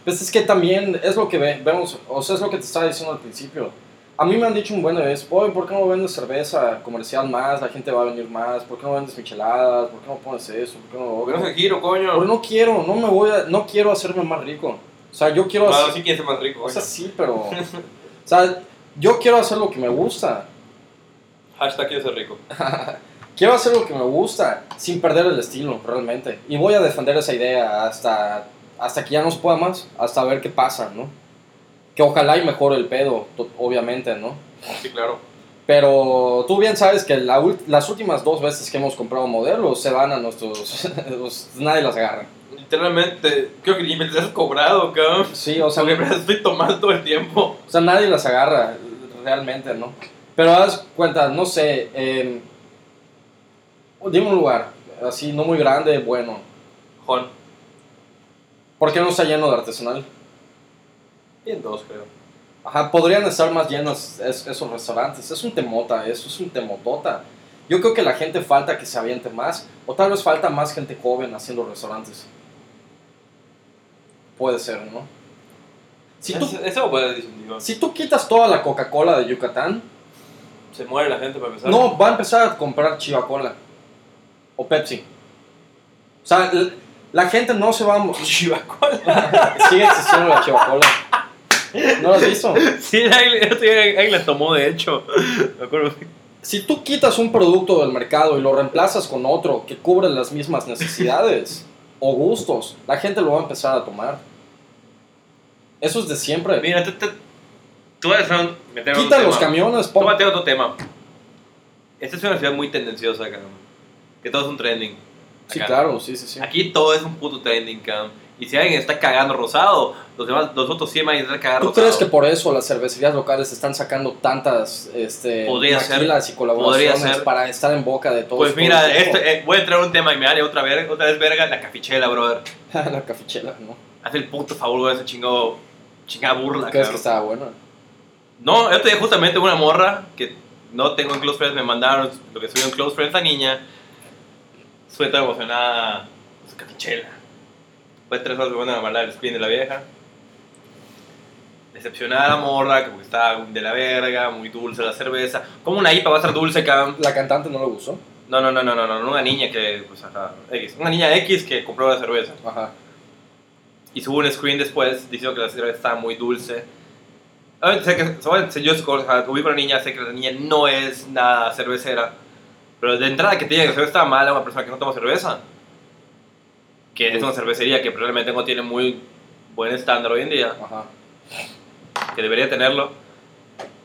S1: Pues es que también es lo que ve- vemos, o sea, es lo que te estaba diciendo al principio. A mí me han dicho un buen de veces, "Oye, ¿por qué no vendes cerveza comercial más? La gente va a venir más. ¿Por qué no vendes micheladas? ¿Por qué no pones eso? ¿Por qué no lo
S2: Porque
S1: otro?"
S2: no se giro, coño.
S1: Pero no quiero, no me voy a, no quiero hacerme más rico. O sea, yo quiero
S2: Claro,
S1: hacer,
S2: sí quieres ser más
S1: o
S2: rico. coño.
S1: sea, sí, pero, o sea, yo quiero hacer lo que me gusta.
S2: Hashtag quiero ser rico.
S1: quiero hacer lo que me gusta sin perder el estilo, realmente. Y voy a defender esa idea hasta, hasta que ya no se pueda más, hasta ver qué pasa, ¿no? Que ojalá y mejore el pedo, to- obviamente, ¿no?
S2: Sí, claro.
S1: Pero tú bien sabes que la ult- las últimas dos veces que hemos comprado modelos se van a nuestros... los- nadie las agarra.
S2: Literalmente, creo que ni me las has cobrado, cabrón.
S1: Sí, o
S2: O
S1: sea,
S2: sea, me las estoy tomando todo el tiempo.
S1: O sea, nadie las agarra realmente, ¿no? Pero haz cuenta, no sé, eh, dime un lugar, así, no muy grande, bueno.
S2: Jon,
S1: ¿Por qué no está lleno de artesanal?
S2: bien dos, creo.
S1: Ajá, podrían estar más llenos es- esos restaurantes. Es un temota, eso es un temotota. Yo creo que la gente falta que se aviente más, o tal vez falta más gente joven haciendo restaurantes. Puede ser, ¿no? Si tú,
S2: Eso- Eso puede discutir.
S1: si tú quitas toda la Coca-Cola de Yucatán,
S2: Se muere la gente para empezar.
S1: No, va a empezar a comprar Chiva Cola o Pepsi. O sea, l- la gente no se va a. mo-
S2: Chivacola.
S1: Sigue existiendo la Chiva Cola. ¿No lo has visto?
S2: Sí, ahí, este ahí la tomó, de hecho. Me acuerdo.
S1: Si tú quitas un producto del mercado y lo reemplazas con otro que cubre las mismas necesidades o gustos, la gente lo va a empezar a tomar. Eso es de siempre.
S2: Mira, te, te, tú vas a meter otro
S1: Quita los
S2: tema.
S1: camiones,
S2: Tú
S1: pon-
S2: mate otro tema. Esta es una ciudad muy tendenciosa, cabrón. Que todo es un trending.
S1: Sí,
S2: Acá.
S1: claro, sí, sí, sí.
S2: Aquí todo es un puto trending, cabrón. Y si alguien está cagando rosado, los demás, los otros 100 van a intentar cagar
S1: ¿Tú
S2: rosado.
S1: crees que por eso las cervecerías locales están sacando tantas este,
S2: Podría ser,
S1: maquilas y colaboraciones
S2: podría ser.
S1: para estar en boca de todos?
S2: Pues
S1: todo
S2: mira,
S1: el tiempo?
S2: este, eh, voy a entrar un tema y me vale otra vez, otra vez verga la cafichela, brother.
S1: La cafichela, ¿no?
S2: Haz el puto favor, güey, ese chingo. Chingada burla,
S1: ¿Crees
S2: cabrón.
S1: que estaba buena?
S2: No, yo te dije justamente una morra que no tengo en Close Friends, me mandaron lo que subió en Close Friends, esta niña. Sube toda emocionada, su capichela. Fue tres horas que van a mandar el screen de la vieja. Decepcionada la morra, que porque estaba de la verga, muy dulce la cerveza. ¿Cómo una IPA va a ser dulce, cabrón?
S1: La cantante no le gustó.
S2: No, no, no, no, no, no, una niña que, pues, ajá, X. Una niña X que compró la cerveza.
S1: Ajá.
S2: Y subo un screen después diciendo que la cerveza estaba muy dulce. Obviamente, sé que, obviamente, yo o sea, ubico a una niña, sé que la niña no es nada cervecera. Pero de entrada que te diga que la cerveza está mala a una persona que no toma cerveza, que es una cervecería que probablemente no tiene muy buen estándar hoy en día,
S1: Ajá.
S2: que debería tenerlo,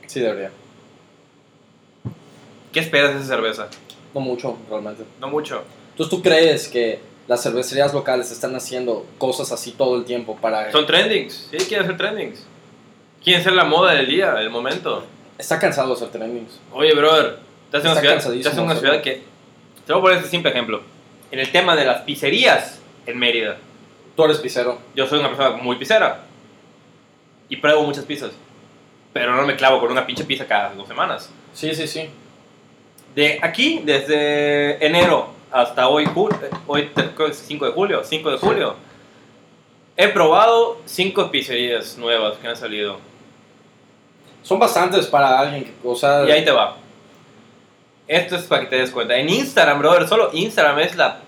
S1: Sí, debería.
S2: ¿qué esperas de esa cerveza?
S1: No mucho, realmente.
S2: No mucho.
S1: Entonces, ¿tú crees que las cervecerías locales están haciendo cosas así todo el tiempo para...
S2: Son trendings, sí, quieren ser trendings. Quieren ser la moda del día, del momento.
S1: Está cansado de hacer trendings.
S2: Oye, brother, estás en una
S1: Está
S2: ciudad,
S1: cansadísimo,
S2: estás en una ciudad
S1: ¿sabes?
S2: que... Te voy a poner este simple ejemplo. En el tema de las pizzerías en Mérida.
S1: Tú eres pizzero.
S2: Yo soy una persona muy pizzera. Y pruebo muchas pizzas. Pero no me clavo con una pinche pizza cada dos semanas.
S1: Sí, sí, sí.
S2: De aquí, desde enero hasta hoy, ju- eh, hoy te- creo que es 5 de julio, 5 de julio, he probado 5 pizzerías nuevas que han salido.
S1: Son bastantes para alguien que... O sea...
S2: Y ahí te va. Esto es para que te des cuenta. En Instagram, brother, solo Instagram es la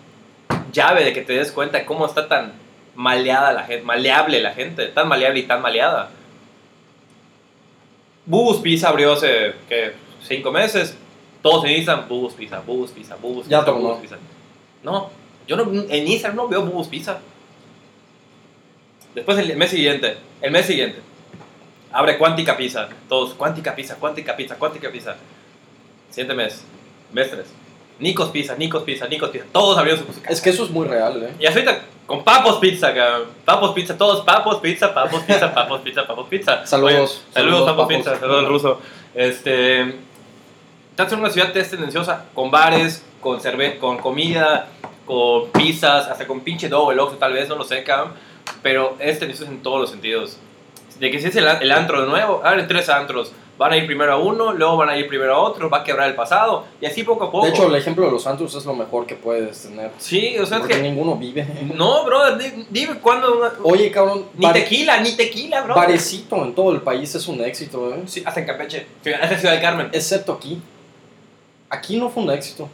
S2: llave de que te des cuenta de cómo está tan maleada la gente, maleable la gente, tan maleable y tan maleada. Bubus Pizza abrió hace, ¿qué? Cinco meses. Todos en Instagram, Bubus Pizza, Bubus Pizza, Bubus
S1: Ya
S2: Pizza,
S1: tornó.
S2: Bubus Pizza. No, yo no, en Instagram no veo Bubus Pizza. Después el mes siguiente, el mes siguiente, abre Cuántica Pizza. Todos, Cuántica Pizza, Cuántica Pizza, Cuántica Pizza. Siguiente mes, mes tres. Nicos Pizza, Nicos Pizza, Nicos Pizza. Todos abrieron su
S1: Es que eso es muy real, ¿eh?
S2: y ahorita con Papos Pizza, cabrón. Papos Pizza, todos Papos Pizza, Papos Pizza, Papos Pizza, Papos Pizza.
S1: Saludos.
S2: Oye,
S1: Saludos,
S2: saludos, Papos,
S1: Papos.
S2: Pizza, saludos ruso. Este. Estás en una ciudad que es tendenciosa con bares, con, cerve con comida, con pizzas, hasta con pinche dogo, el Oxxo, tal vez, no lo sé, cabrón. Pero es tendencioso en todos los sentidos. De que si es el, el antro de nuevo, abren tres antros. Van a ir primero a uno, luego van a ir primero a otro, va a quebrar el pasado, y así poco a poco.
S1: De hecho, el ejemplo de los Santos es lo mejor que puedes tener.
S2: sí, o sea, es
S1: Porque
S2: que.
S1: ninguno vive.
S2: No, brother, di- dime cuándo una-
S1: Oye, cabrón,
S2: Ni
S1: pare-
S2: tequila, ni tequila, bro.
S1: parecito en todo el país es un éxito, ¿eh?
S2: Sí, hasta en Campeche. Sí, hasta en Ciudad del Carmen.
S1: Excepto aquí. Aquí no fue un éxito.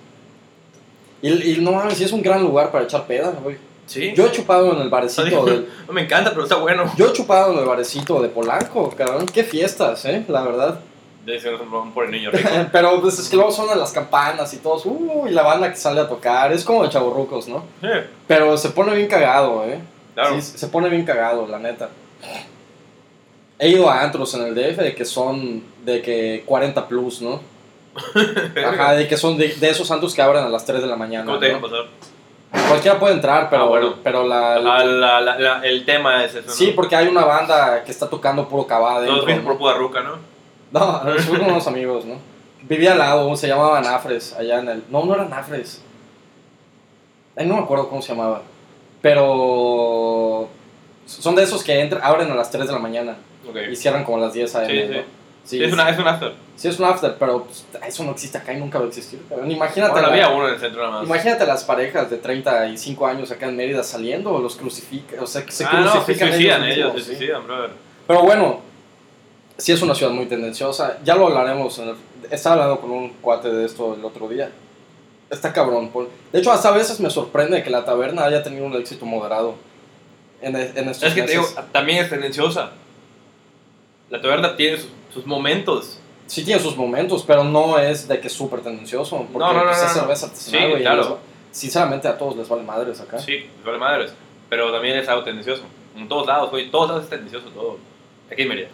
S1: Y, y no mames, sí es un gran lugar para echar peda, güey.
S2: Sí.
S1: Yo he chupado en el barecito del-
S2: No me encanta, pero está bueno.
S1: Yo he chupado en el barecito de Polanco, cabrón. Qué fiestas, ¿eh? La verdad.
S2: Dicen por el niño rico.
S1: Pero pues es que luego suenan las campanas y todos, uh, y la banda que sale a tocar, es como de chaburrucos, ¿no?
S2: Sí,
S1: Pero se pone bien cagado, ¿eh?
S2: claro.
S1: Sí, se pone bien cagado, la neta. He ido a antros en el DF de que son de que 40 plus, ¿no? Ajá, de que son de, de esos antros que abren a las 3 de la mañana.
S2: ¿Cómo te dejan
S1: ¿no?
S2: pasar?
S1: Cualquiera puede entrar, pero,
S2: Ah, bueno.
S1: pero la,
S2: Ah, la- la- la- el tema es eso. ¿no?
S1: Sí, porque hay una banda que está tocando puro cabá
S2: Todos
S1: adentro.
S2: fuiste por
S1: ¿no?
S2: pura ruca, ¿no?
S1: No, nos fuimos con unos amigos, ¿no? Vivía al lado, se llamaba Nafres, allá en el... No, no era Nafres. Ay, no me acuerdo cómo se llamaba. Pero... Son de esos que entran, abren a las 3 de la mañana
S2: Ok.
S1: y cierran como a las 10 a.m.
S2: Sí,
S1: ¿no?
S2: sí.
S1: Sí,
S2: es, una, es un after.
S1: sí, es un after, pero pues, eso no existe acá y nunca va a existir. cabrón. Imagínate,
S2: Bueno,
S1: la-
S2: había uno en el centro nada más.
S1: imagínate las parejas de 35 años acá en Mérida saliendo, los crucifican, o sea, que se
S2: ah, no, se
S1: crucifican
S2: suicidan ellos,
S1: ellos mismos,
S2: se
S1: sí.
S2: suicidan, brother.
S1: Pero bueno, sí es una ciudad muy tendenciosa. Ya lo hablaremos. en el- estaba hablando con un cuate de esto el otro día. Está cabrón. Paul. De hecho, hasta a veces me sorprende que la taberna haya tenido un éxito moderado en, e- en estos
S2: Es que te digo,
S1: meses.
S2: también es tendenciosa. La taberna tiene sus, sus momentos.
S1: Sí tiene sus momentos, pero no es de que es súper tendencioso. Porque
S2: No, no, no,
S1: pues,
S2: no,
S1: es
S2: no.
S1: cerveza artesanal,
S2: Sí,
S1: güey, y
S2: claro.
S1: les va- Sinceramente, a todos les vale madres acá.
S2: Sí, les vale madres. Pero también es algo tendencioso. En todos lados, güey. En todos lados es tendencioso todo. Aquí en Mérida.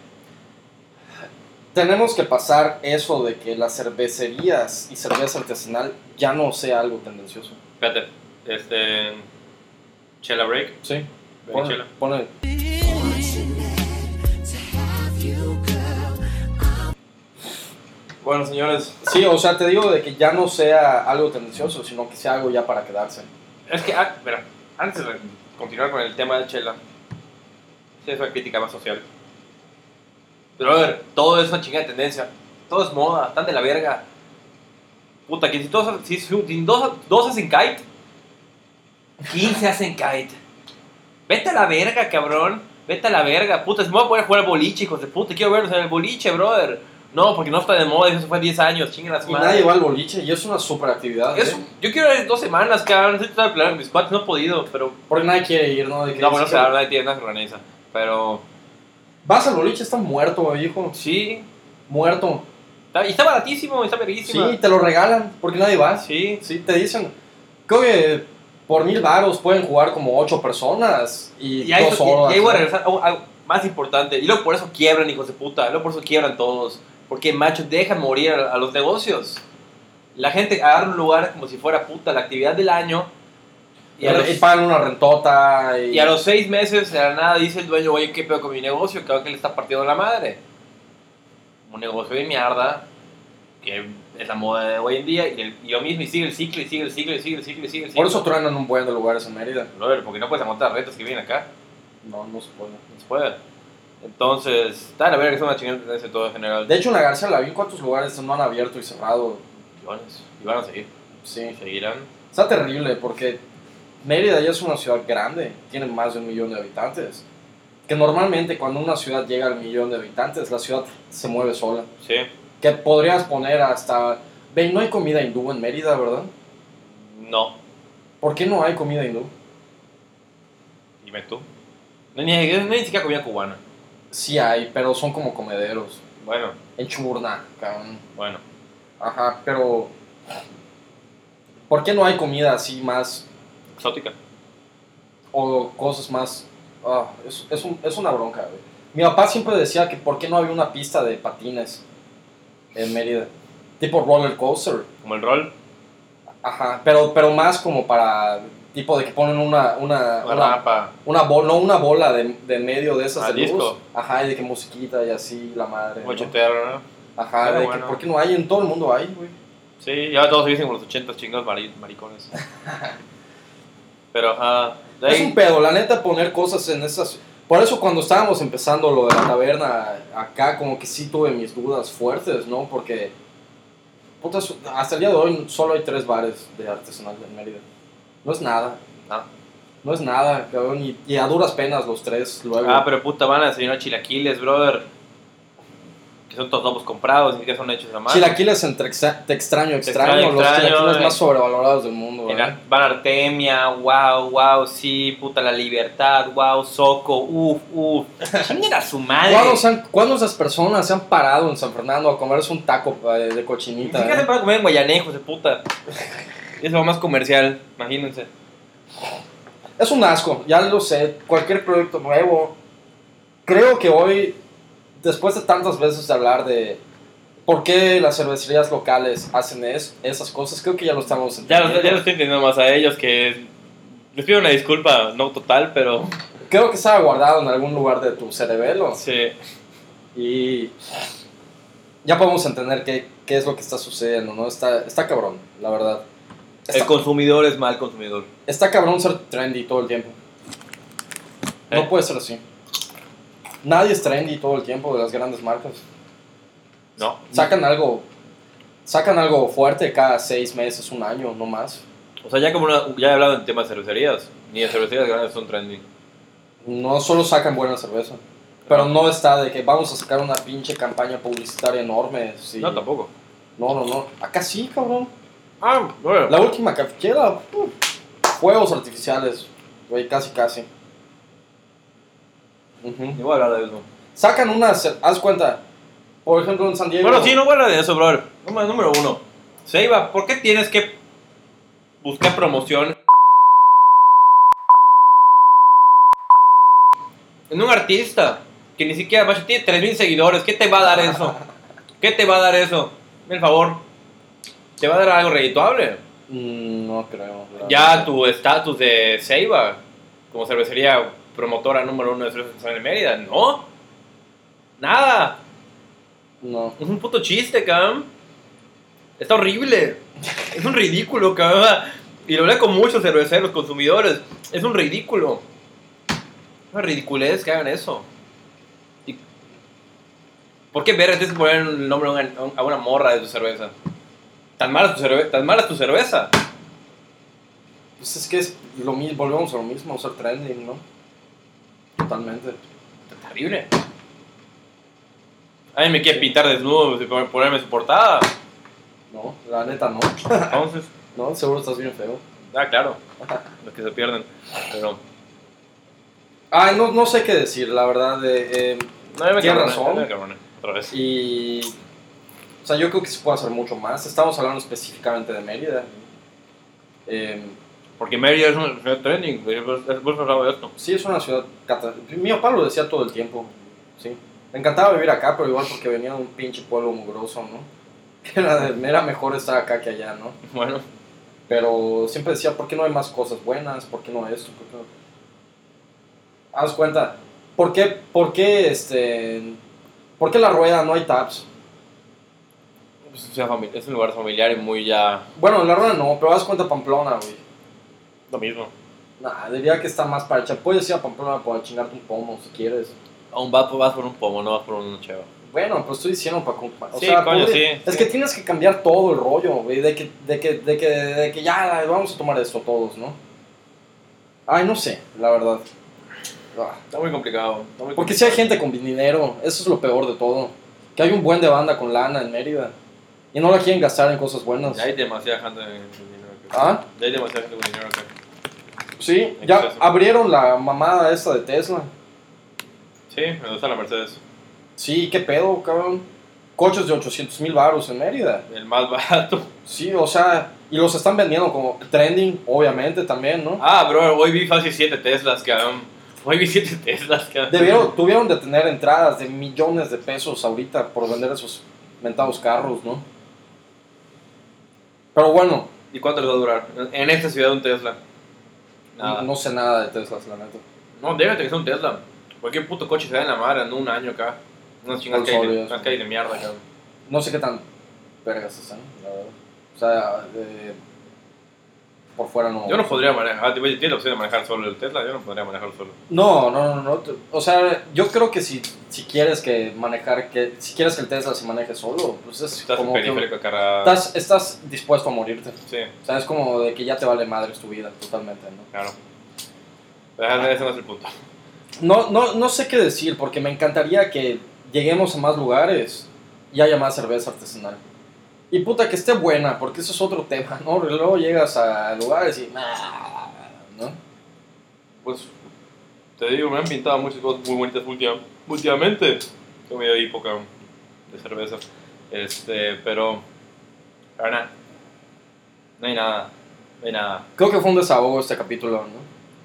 S1: Tenemos que pasar eso de que las cervecerías y cerveza artesanal ya no sea algo tendencioso.
S2: Espérate. Este. Chela break.
S1: Sí.
S2: Ven,
S1: Pone,
S2: chela.
S1: pone
S2: Bueno, señores.
S1: Sí, o sea, te digo de que ya no sea algo tendencioso, sino que sea algo ya para quedarse.
S2: Es que, ah, mira, antes de continuar con el tema de Chela, sí, es una crítica más social. Pero, a ver, todo es una chingada de tendencia. Todo es moda, están de la verga. Puta, que si todos, si, si dos, dos hacen kite, 15 hacen kite. Vete a la verga, cabrón. Vete a la verga, puta. Si me voy a poder jugar al boliche, hijos de puta. Quiero verlos en el boliche, brother. No, porque no está de moda, eso fue 10 años, chinguen las
S1: Y
S2: madres.
S1: nadie va al boliche y es una ¿eh? super actividad.
S2: Es- yo quiero ir dos semanas, cabrón. Estoy tratando de planear con mis cuates, no he podido, pero.
S1: Porque nadie quiere ir, ¿no? De que
S2: No,
S1: dices,
S2: bueno, se habla de tiendas, se organiza. Pero.
S1: Vas al boliche, está muerto, güey, hijo.
S2: Sí.
S1: Muerto.
S2: Está- y está baratísimo, y está
S1: Sí,
S2: verguísima.
S1: te lo regalan porque nadie va. Sí,
S2: Sí.
S1: te dicen. Creo que por mil varos pueden jugar como ocho personas y,
S2: Y ahí,
S1: dos horas.
S2: y ahí voy a
S1: ¿no?
S2: regresar a un- algo más importante. Y luego por eso quiebran, hijos de puta. Luego por eso quiebran todos. Porque, macho, dejan morir a, a los negocios. La gente agarra un lugar como si fuera puta la actividad del año.
S1: Y,
S2: Y a, los,
S1: y pagan una rentota. Y,
S2: y a los seis meses de la nada dice el dueño, oye, ¿qué pedo con mi negocio? Creo que le está partiendo la madre. Un negocio de mierda, que es la moda de hoy en día, y, el- y lo mismo, y sigue el ciclo, y sigue el ciclo, y sigue el ciclo, y sigue el ciclo.
S1: Por eso truenan un buen de lugares en Mérida.
S2: Brother, porque no puedes aguantar retos que vienen acá.
S1: No, no se puede.
S2: No se puede. Entonces, está la verdad que es una chingada tendencia todo en general.
S1: De hecho, en la García Lavín, ¿cuántos lugares no han abierto y cerrado?
S2: Y van a- y van a seguir.
S1: Sí.
S2: Y seguirán.
S1: Está terrible porque Mérida ya es una ciudad grande, tiene más de un millón de habitantes. Que normalmente cuando una ciudad llega al millón de habitantes, la ciudad se mueve sola.
S2: Sí.
S1: Que podrías poner hasta... Ve, no hay comida hindú en Mérida, ¿verdad?
S2: No.
S1: ¿Por qué no hay comida hindú?
S2: Dime tú. No, ni, ni siquiera comida cubana.
S1: Sí hay, pero son como comederos.
S2: Bueno,
S1: En Chuburná, cabrón.
S2: bueno.
S1: Ajá, pero... ¿Por qué no hay comida así más
S2: Exótica.
S1: o cosas más. ah, es, es un- es una bronca, güey. Mi papá siempre decía que por qué no había una pista de patines en Mérida. Tipo roller coaster.
S2: Como el rol.
S1: Ajá. Pero, pero más como para. Tipo de que ponen una. Una, una,
S2: La rampa.
S1: una bol- no, una bola de, de medio de esas
S2: Ah,
S1: de luz.
S2: disco.
S1: Ajá, y de que musiquita y así, la madre.
S2: Como
S1: ¿no?
S2: chetero, ¿no?
S1: Ajá, de
S2: Pero
S1: que
S2: Ah, bueno.
S1: por qué no hay. En todo el mundo hay, güey.
S2: Sí, ya todos dicen como los 80 chingados mari- maricones. Pero ajá. de
S1: Es un
S2: ahí-
S1: pedo, la neta, poner cosas en esas. Por eso cuando estábamos empezando lo de la taberna acá, como que sí tuve mis dudas fuertes, ¿no? Porque puta, su- hasta el día de hoy solo hay tres bares de artesanal en Mérida. No es nada.
S2: No.
S1: No es nada, cabrón. Y, y a duras penas los tres luego.
S2: Ah, pero puta, van a desayunar chilaquiles, brother. Que son todos lobos comprados, ni siquiera son hechos a mano.
S1: Chilaquiles en te, Exa- Te extraño, extraño,
S2: Extraño,
S1: los
S2: Extraño,
S1: chilaquiles
S2: eh.
S1: más sobrevalorados del mundo.
S2: En
S1: ¿verdad?
S2: Ar- Van Artemia, wow, wow, sí, puta la libertad, wow, Soco, uff, uff. Chinguen a su madre.
S1: ¿Cuándo, se han- cuándo esas personas se han parado en San Fernando a comerse un taco eh, de
S2: Ni
S1: cochinita?
S2: siquiera se
S1: eh?
S2: para comer en Guayanejos de puta. Es lo más comercial, imagínense.
S1: Es un asco, ya lo sé. Cualquier proyecto nuevo. Creo que hoy, después de tantas veces de hablar de por qué las cervecerías locales hacen es- esas cosas, creo que ya lo estamos
S2: Ya
S1: entendiendo.
S2: los, ya los estoy entendiendo más a ellos que. Les pido una disculpa, no total, pero.
S1: Creo que estaba guardado en algún lugar de tu cerebelo.
S2: Sí.
S1: Y ya podemos entender qué, qué es lo que está sucediendo, ¿no? Está, está cabrón, la verdad.
S2: El
S1: Está,
S2: consumidor es mal consumidor.
S1: está cabrón ser trendy todo el tiempo.
S2: ¿Eh?
S1: No puede ser así. Nadie es trendy todo el tiempo de las grandes marcas.
S2: No.
S1: Sacan algo, sacan algo fuerte cada seis meses, un año, no más.
S2: O sea, ya como una- ya he hablado en temas de cervecerías. Ni de cervecerías grandes son trendy.
S1: No solo sacan buena cerveza. Pero no está de que vamos a sacar una pinche campaña publicitaria enorme. sí.
S2: No, tampoco.
S1: No, no, no. Acá sí, cabrón.
S2: Ah, bueno.
S1: La última cafetera, juegos artificiales, güey, casi, casi. Ujú.
S2: Ni voy a hablar de eso.
S1: Sacan una, cer- haz cuenta, por ejemplo en San Diego.
S2: Bueno, sí, no voy a hablar de eso, brother. Número, número uno. Seiba, ¿por qué tienes que buscar promoción? En un artista que ni siquiera macho, tiene 3000 seguidores, ¿qué te va a dar eso? ¿Qué te va a dar eso? Hazme el favor. Te va a dar algo redituable.
S1: Mm, no creo. la
S2: Ya
S1: verdad.
S2: tu estatus de Seiba como cervecería promotora número uno de cerveza en Mérida, no. Nada.
S1: No.
S2: Es un puto chiste, cabrón. Está horrible. Es un ridículo, cabrón. Y lo hablé con muchos cerveceros, consumidores. Es un ridículo. Una ridiculez que hagan eso. Y- ¿Por qué verga tienes que poner el nombre a una, a una morra de tu cerveza? Tan mala es tu cerveza. Tan mala es tu cerveza.
S1: Pues es que es lo mismo, volvemos a lo mismo, usar trending, ¿no? Totalmente.
S2: Terrible. Ay, me quiere pintar desnudo y pon- ponerme su portada.
S1: No, la neta no.
S2: Entonces,
S1: No, seguro estás bien feo.
S2: ah, claro. Los que se pierden. Pero.
S1: Ay, no, no sé qué decir, la verdad. de, eh,
S2: No, ya me
S1: Tienes
S2: cabroné,
S1: razón.
S2: ya me cabroné, Otra vez.
S1: y. O sea, yo creo que se puede hacer mucho más. Estamos hablando específicamente de Mérida. Em,
S2: Porque Mérida es un es trending, güey, pues, es- pues hablaba de esto.
S1: Sí, es una ciudad cata- Mi papá lo decía todo el tiempo. Sí. Le encantaba vivir acá, pero igual porque venía de un pinche pueblo mugroso, ¿no? Que era, de- era mejor estar acá que allá, ¿no?
S2: Bueno,
S1: Pero siempre decía, ¿por qué no hay más cosas buenas? ¿Por qué no esto? ¿Por qué no? Haz cuenta, ¿por qué, por qué, este, por qué la rueda no hay taps?
S2: pues, o sea, fami- es un lugar familiar y muy ya
S1: Bueno, en la rueda no, pero haz cuenta Pamplona, güey.
S2: lo mismo.
S1: Nah, diría que está más para echar. Puedes ir a Pamplona para chingarte un pomo si quieres.
S2: Aún vas, vas por un pomo, no vas por un cheva.
S1: Bueno, pues estoy diciendo para compa- O
S2: Sí,
S1: sea,
S2: coño,
S1: pobre-
S2: sí,
S1: Es
S2: sí.
S1: que tienes que cambiar todo el rollo, güey. De que, de, que, de, que, de que ya vamos a tomar esto todos, ¿no? Ay, no sé, la verdad. Ah,
S2: Está muy complicado. está muy
S1: Porque
S2: complicado.
S1: si hay gente con dinero, eso es lo peor de todo. Que hay un buen de banda con lana en Mérida. Y no la quieren gastar en cosas buenas.
S2: Ya hay demasiada gente con dinero acá.
S1: ¿Ah?
S2: Ya hay demasiada gente con dinero acá.
S1: Sí, ya
S2: Exceso.
S1: abrieron la mamada esta de Tesla.
S2: Sí, me gusta la Mercedes.
S1: Sí, qué pedo, cabrón. Coches de 800 mil baros en Mérida.
S2: El más barato.
S1: Sí, o sea, y los están vendiendo como trending, obviamente también, ¿no?
S2: Ah, bro, hoy vi fácil 7 Teslas, cabrón. Hoy vi 7 Teslas, cabrón.
S1: Debieron, tuvieron de tener entradas de millones de pesos ahorita por vender esos mentados carros, ¿no? Pero bueno,
S2: ¿Y cuánto les va a durar? En esta ciudad un Tesla. Nada.
S1: no sé nada de Tesla, la neta.
S2: No, déjate que sea un Tesla. Cualquier puto coche se da en la madre en un año acá. Unas chingadas
S1: Por
S2: calles, de-
S1: favor, Dios.
S2: unas calles de mierda, cabrón.
S1: No sé qué tan vergas están, la verdad. O sea, de- por fuera no.
S2: Yo no podría manejar. Oye, tienes la opción de manejar solo el Tesla, yo no podría manejar solo.
S1: No, no, no, no. te- O sea, yo creo que si, si quieres que manejar, que si quieres que el Tesla se maneje solo, pues es
S2: Estás en
S1: como que
S2: periférico acá.
S1: estás, estás dispuesto a morirte.
S2: Sí,
S1: O sea, es como de que ya te vale madres tu vida totalmente, ¿no?
S2: claro. Pero ese no es el punto.
S1: No, no, no sé qué decir, porque me encantaría que lleguemos a más lugares. ya llamada cerveza artesanal. Y puta, que esté buena, porque eso es otro tema, ¿no? Luego llegas a lugares y... ¿No?
S2: Pues te digo, me han pintado muchas cosas muy bonitas última- últimamente. Tengo medio época de cerveza. Este, pero. Pero nada. No hay nada. No hay nada.
S1: Creo que fue un desahogo este capítulo, ¿no?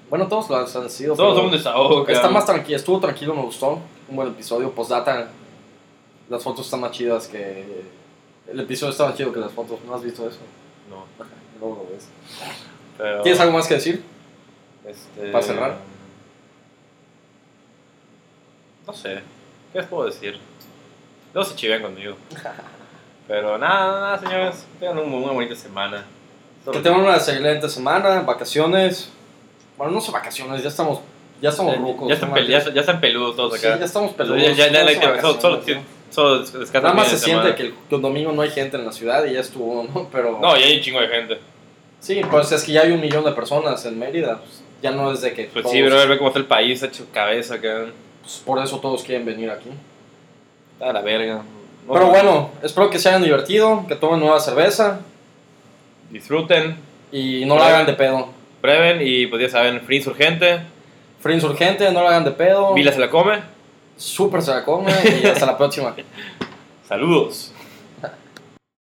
S1: Bueno, todos lo han- han sido.
S2: Todos
S1: pero
S2: son desahogo,
S1: Está
S2: cabrón.
S1: más tranquilo, estuvo tranquilo, me gustó. Un buen episodio. Postdata, las fotos están más chidas que. El episodio está más chido que las fotos. ¿No has visto eso?
S2: No,
S1: Luego lo ves.
S2: pero.
S1: ¿Tienes algo más que decir?
S2: Este,
S1: para cerrar?
S2: No sé. ¿Qué les puedo decir? Luego se chivean conmigo. Pero nada, nada, señores. Tengan un- una bonita semana.
S1: Que tengan una excelente semana, vacaciones. Bueno, no son vacaciones, ya estamos. Ya estamos rucos.
S2: ya, están
S1: ¿no?
S2: pelu- ya, ya están peludos todos
S1: Sí,
S2: acá.
S1: ya estamos peludos.
S2: Ya, ya, ya,
S1: no
S2: la-
S1: son
S2: solo-
S1: vacaciones,
S2: solo,
S1: ¿no?
S2: solo descansan
S1: Nada más
S2: bien
S1: se
S2: de
S1: siente
S2: semana.
S1: que el, que el domingo no hay gente en la ciudad y ya estuvo, ¿no? Pero.
S2: No, ya hay un chingo de gente.
S1: Sí, pues es que ya hay un millón de personas en Mérida. pues, ya no es de que.
S2: Pues
S1: todos-
S2: sí, bro, ve cómo está el país, está hecho cabeza, cabrón.
S1: pues, por eso todos quieren venir aquí.
S2: Está de la verga. No,
S1: Pero bueno, espero que se hayan divertido, que tomen nueva cerveza
S2: Disfruten,
S1: y no la hagan de pedo.
S2: prueben y pues ya saben, free insurgente.
S1: Free insurgente, no la hagan de pedo.
S2: Vila se la come.
S1: Súper se la come y hasta la próxima.
S2: Saludos.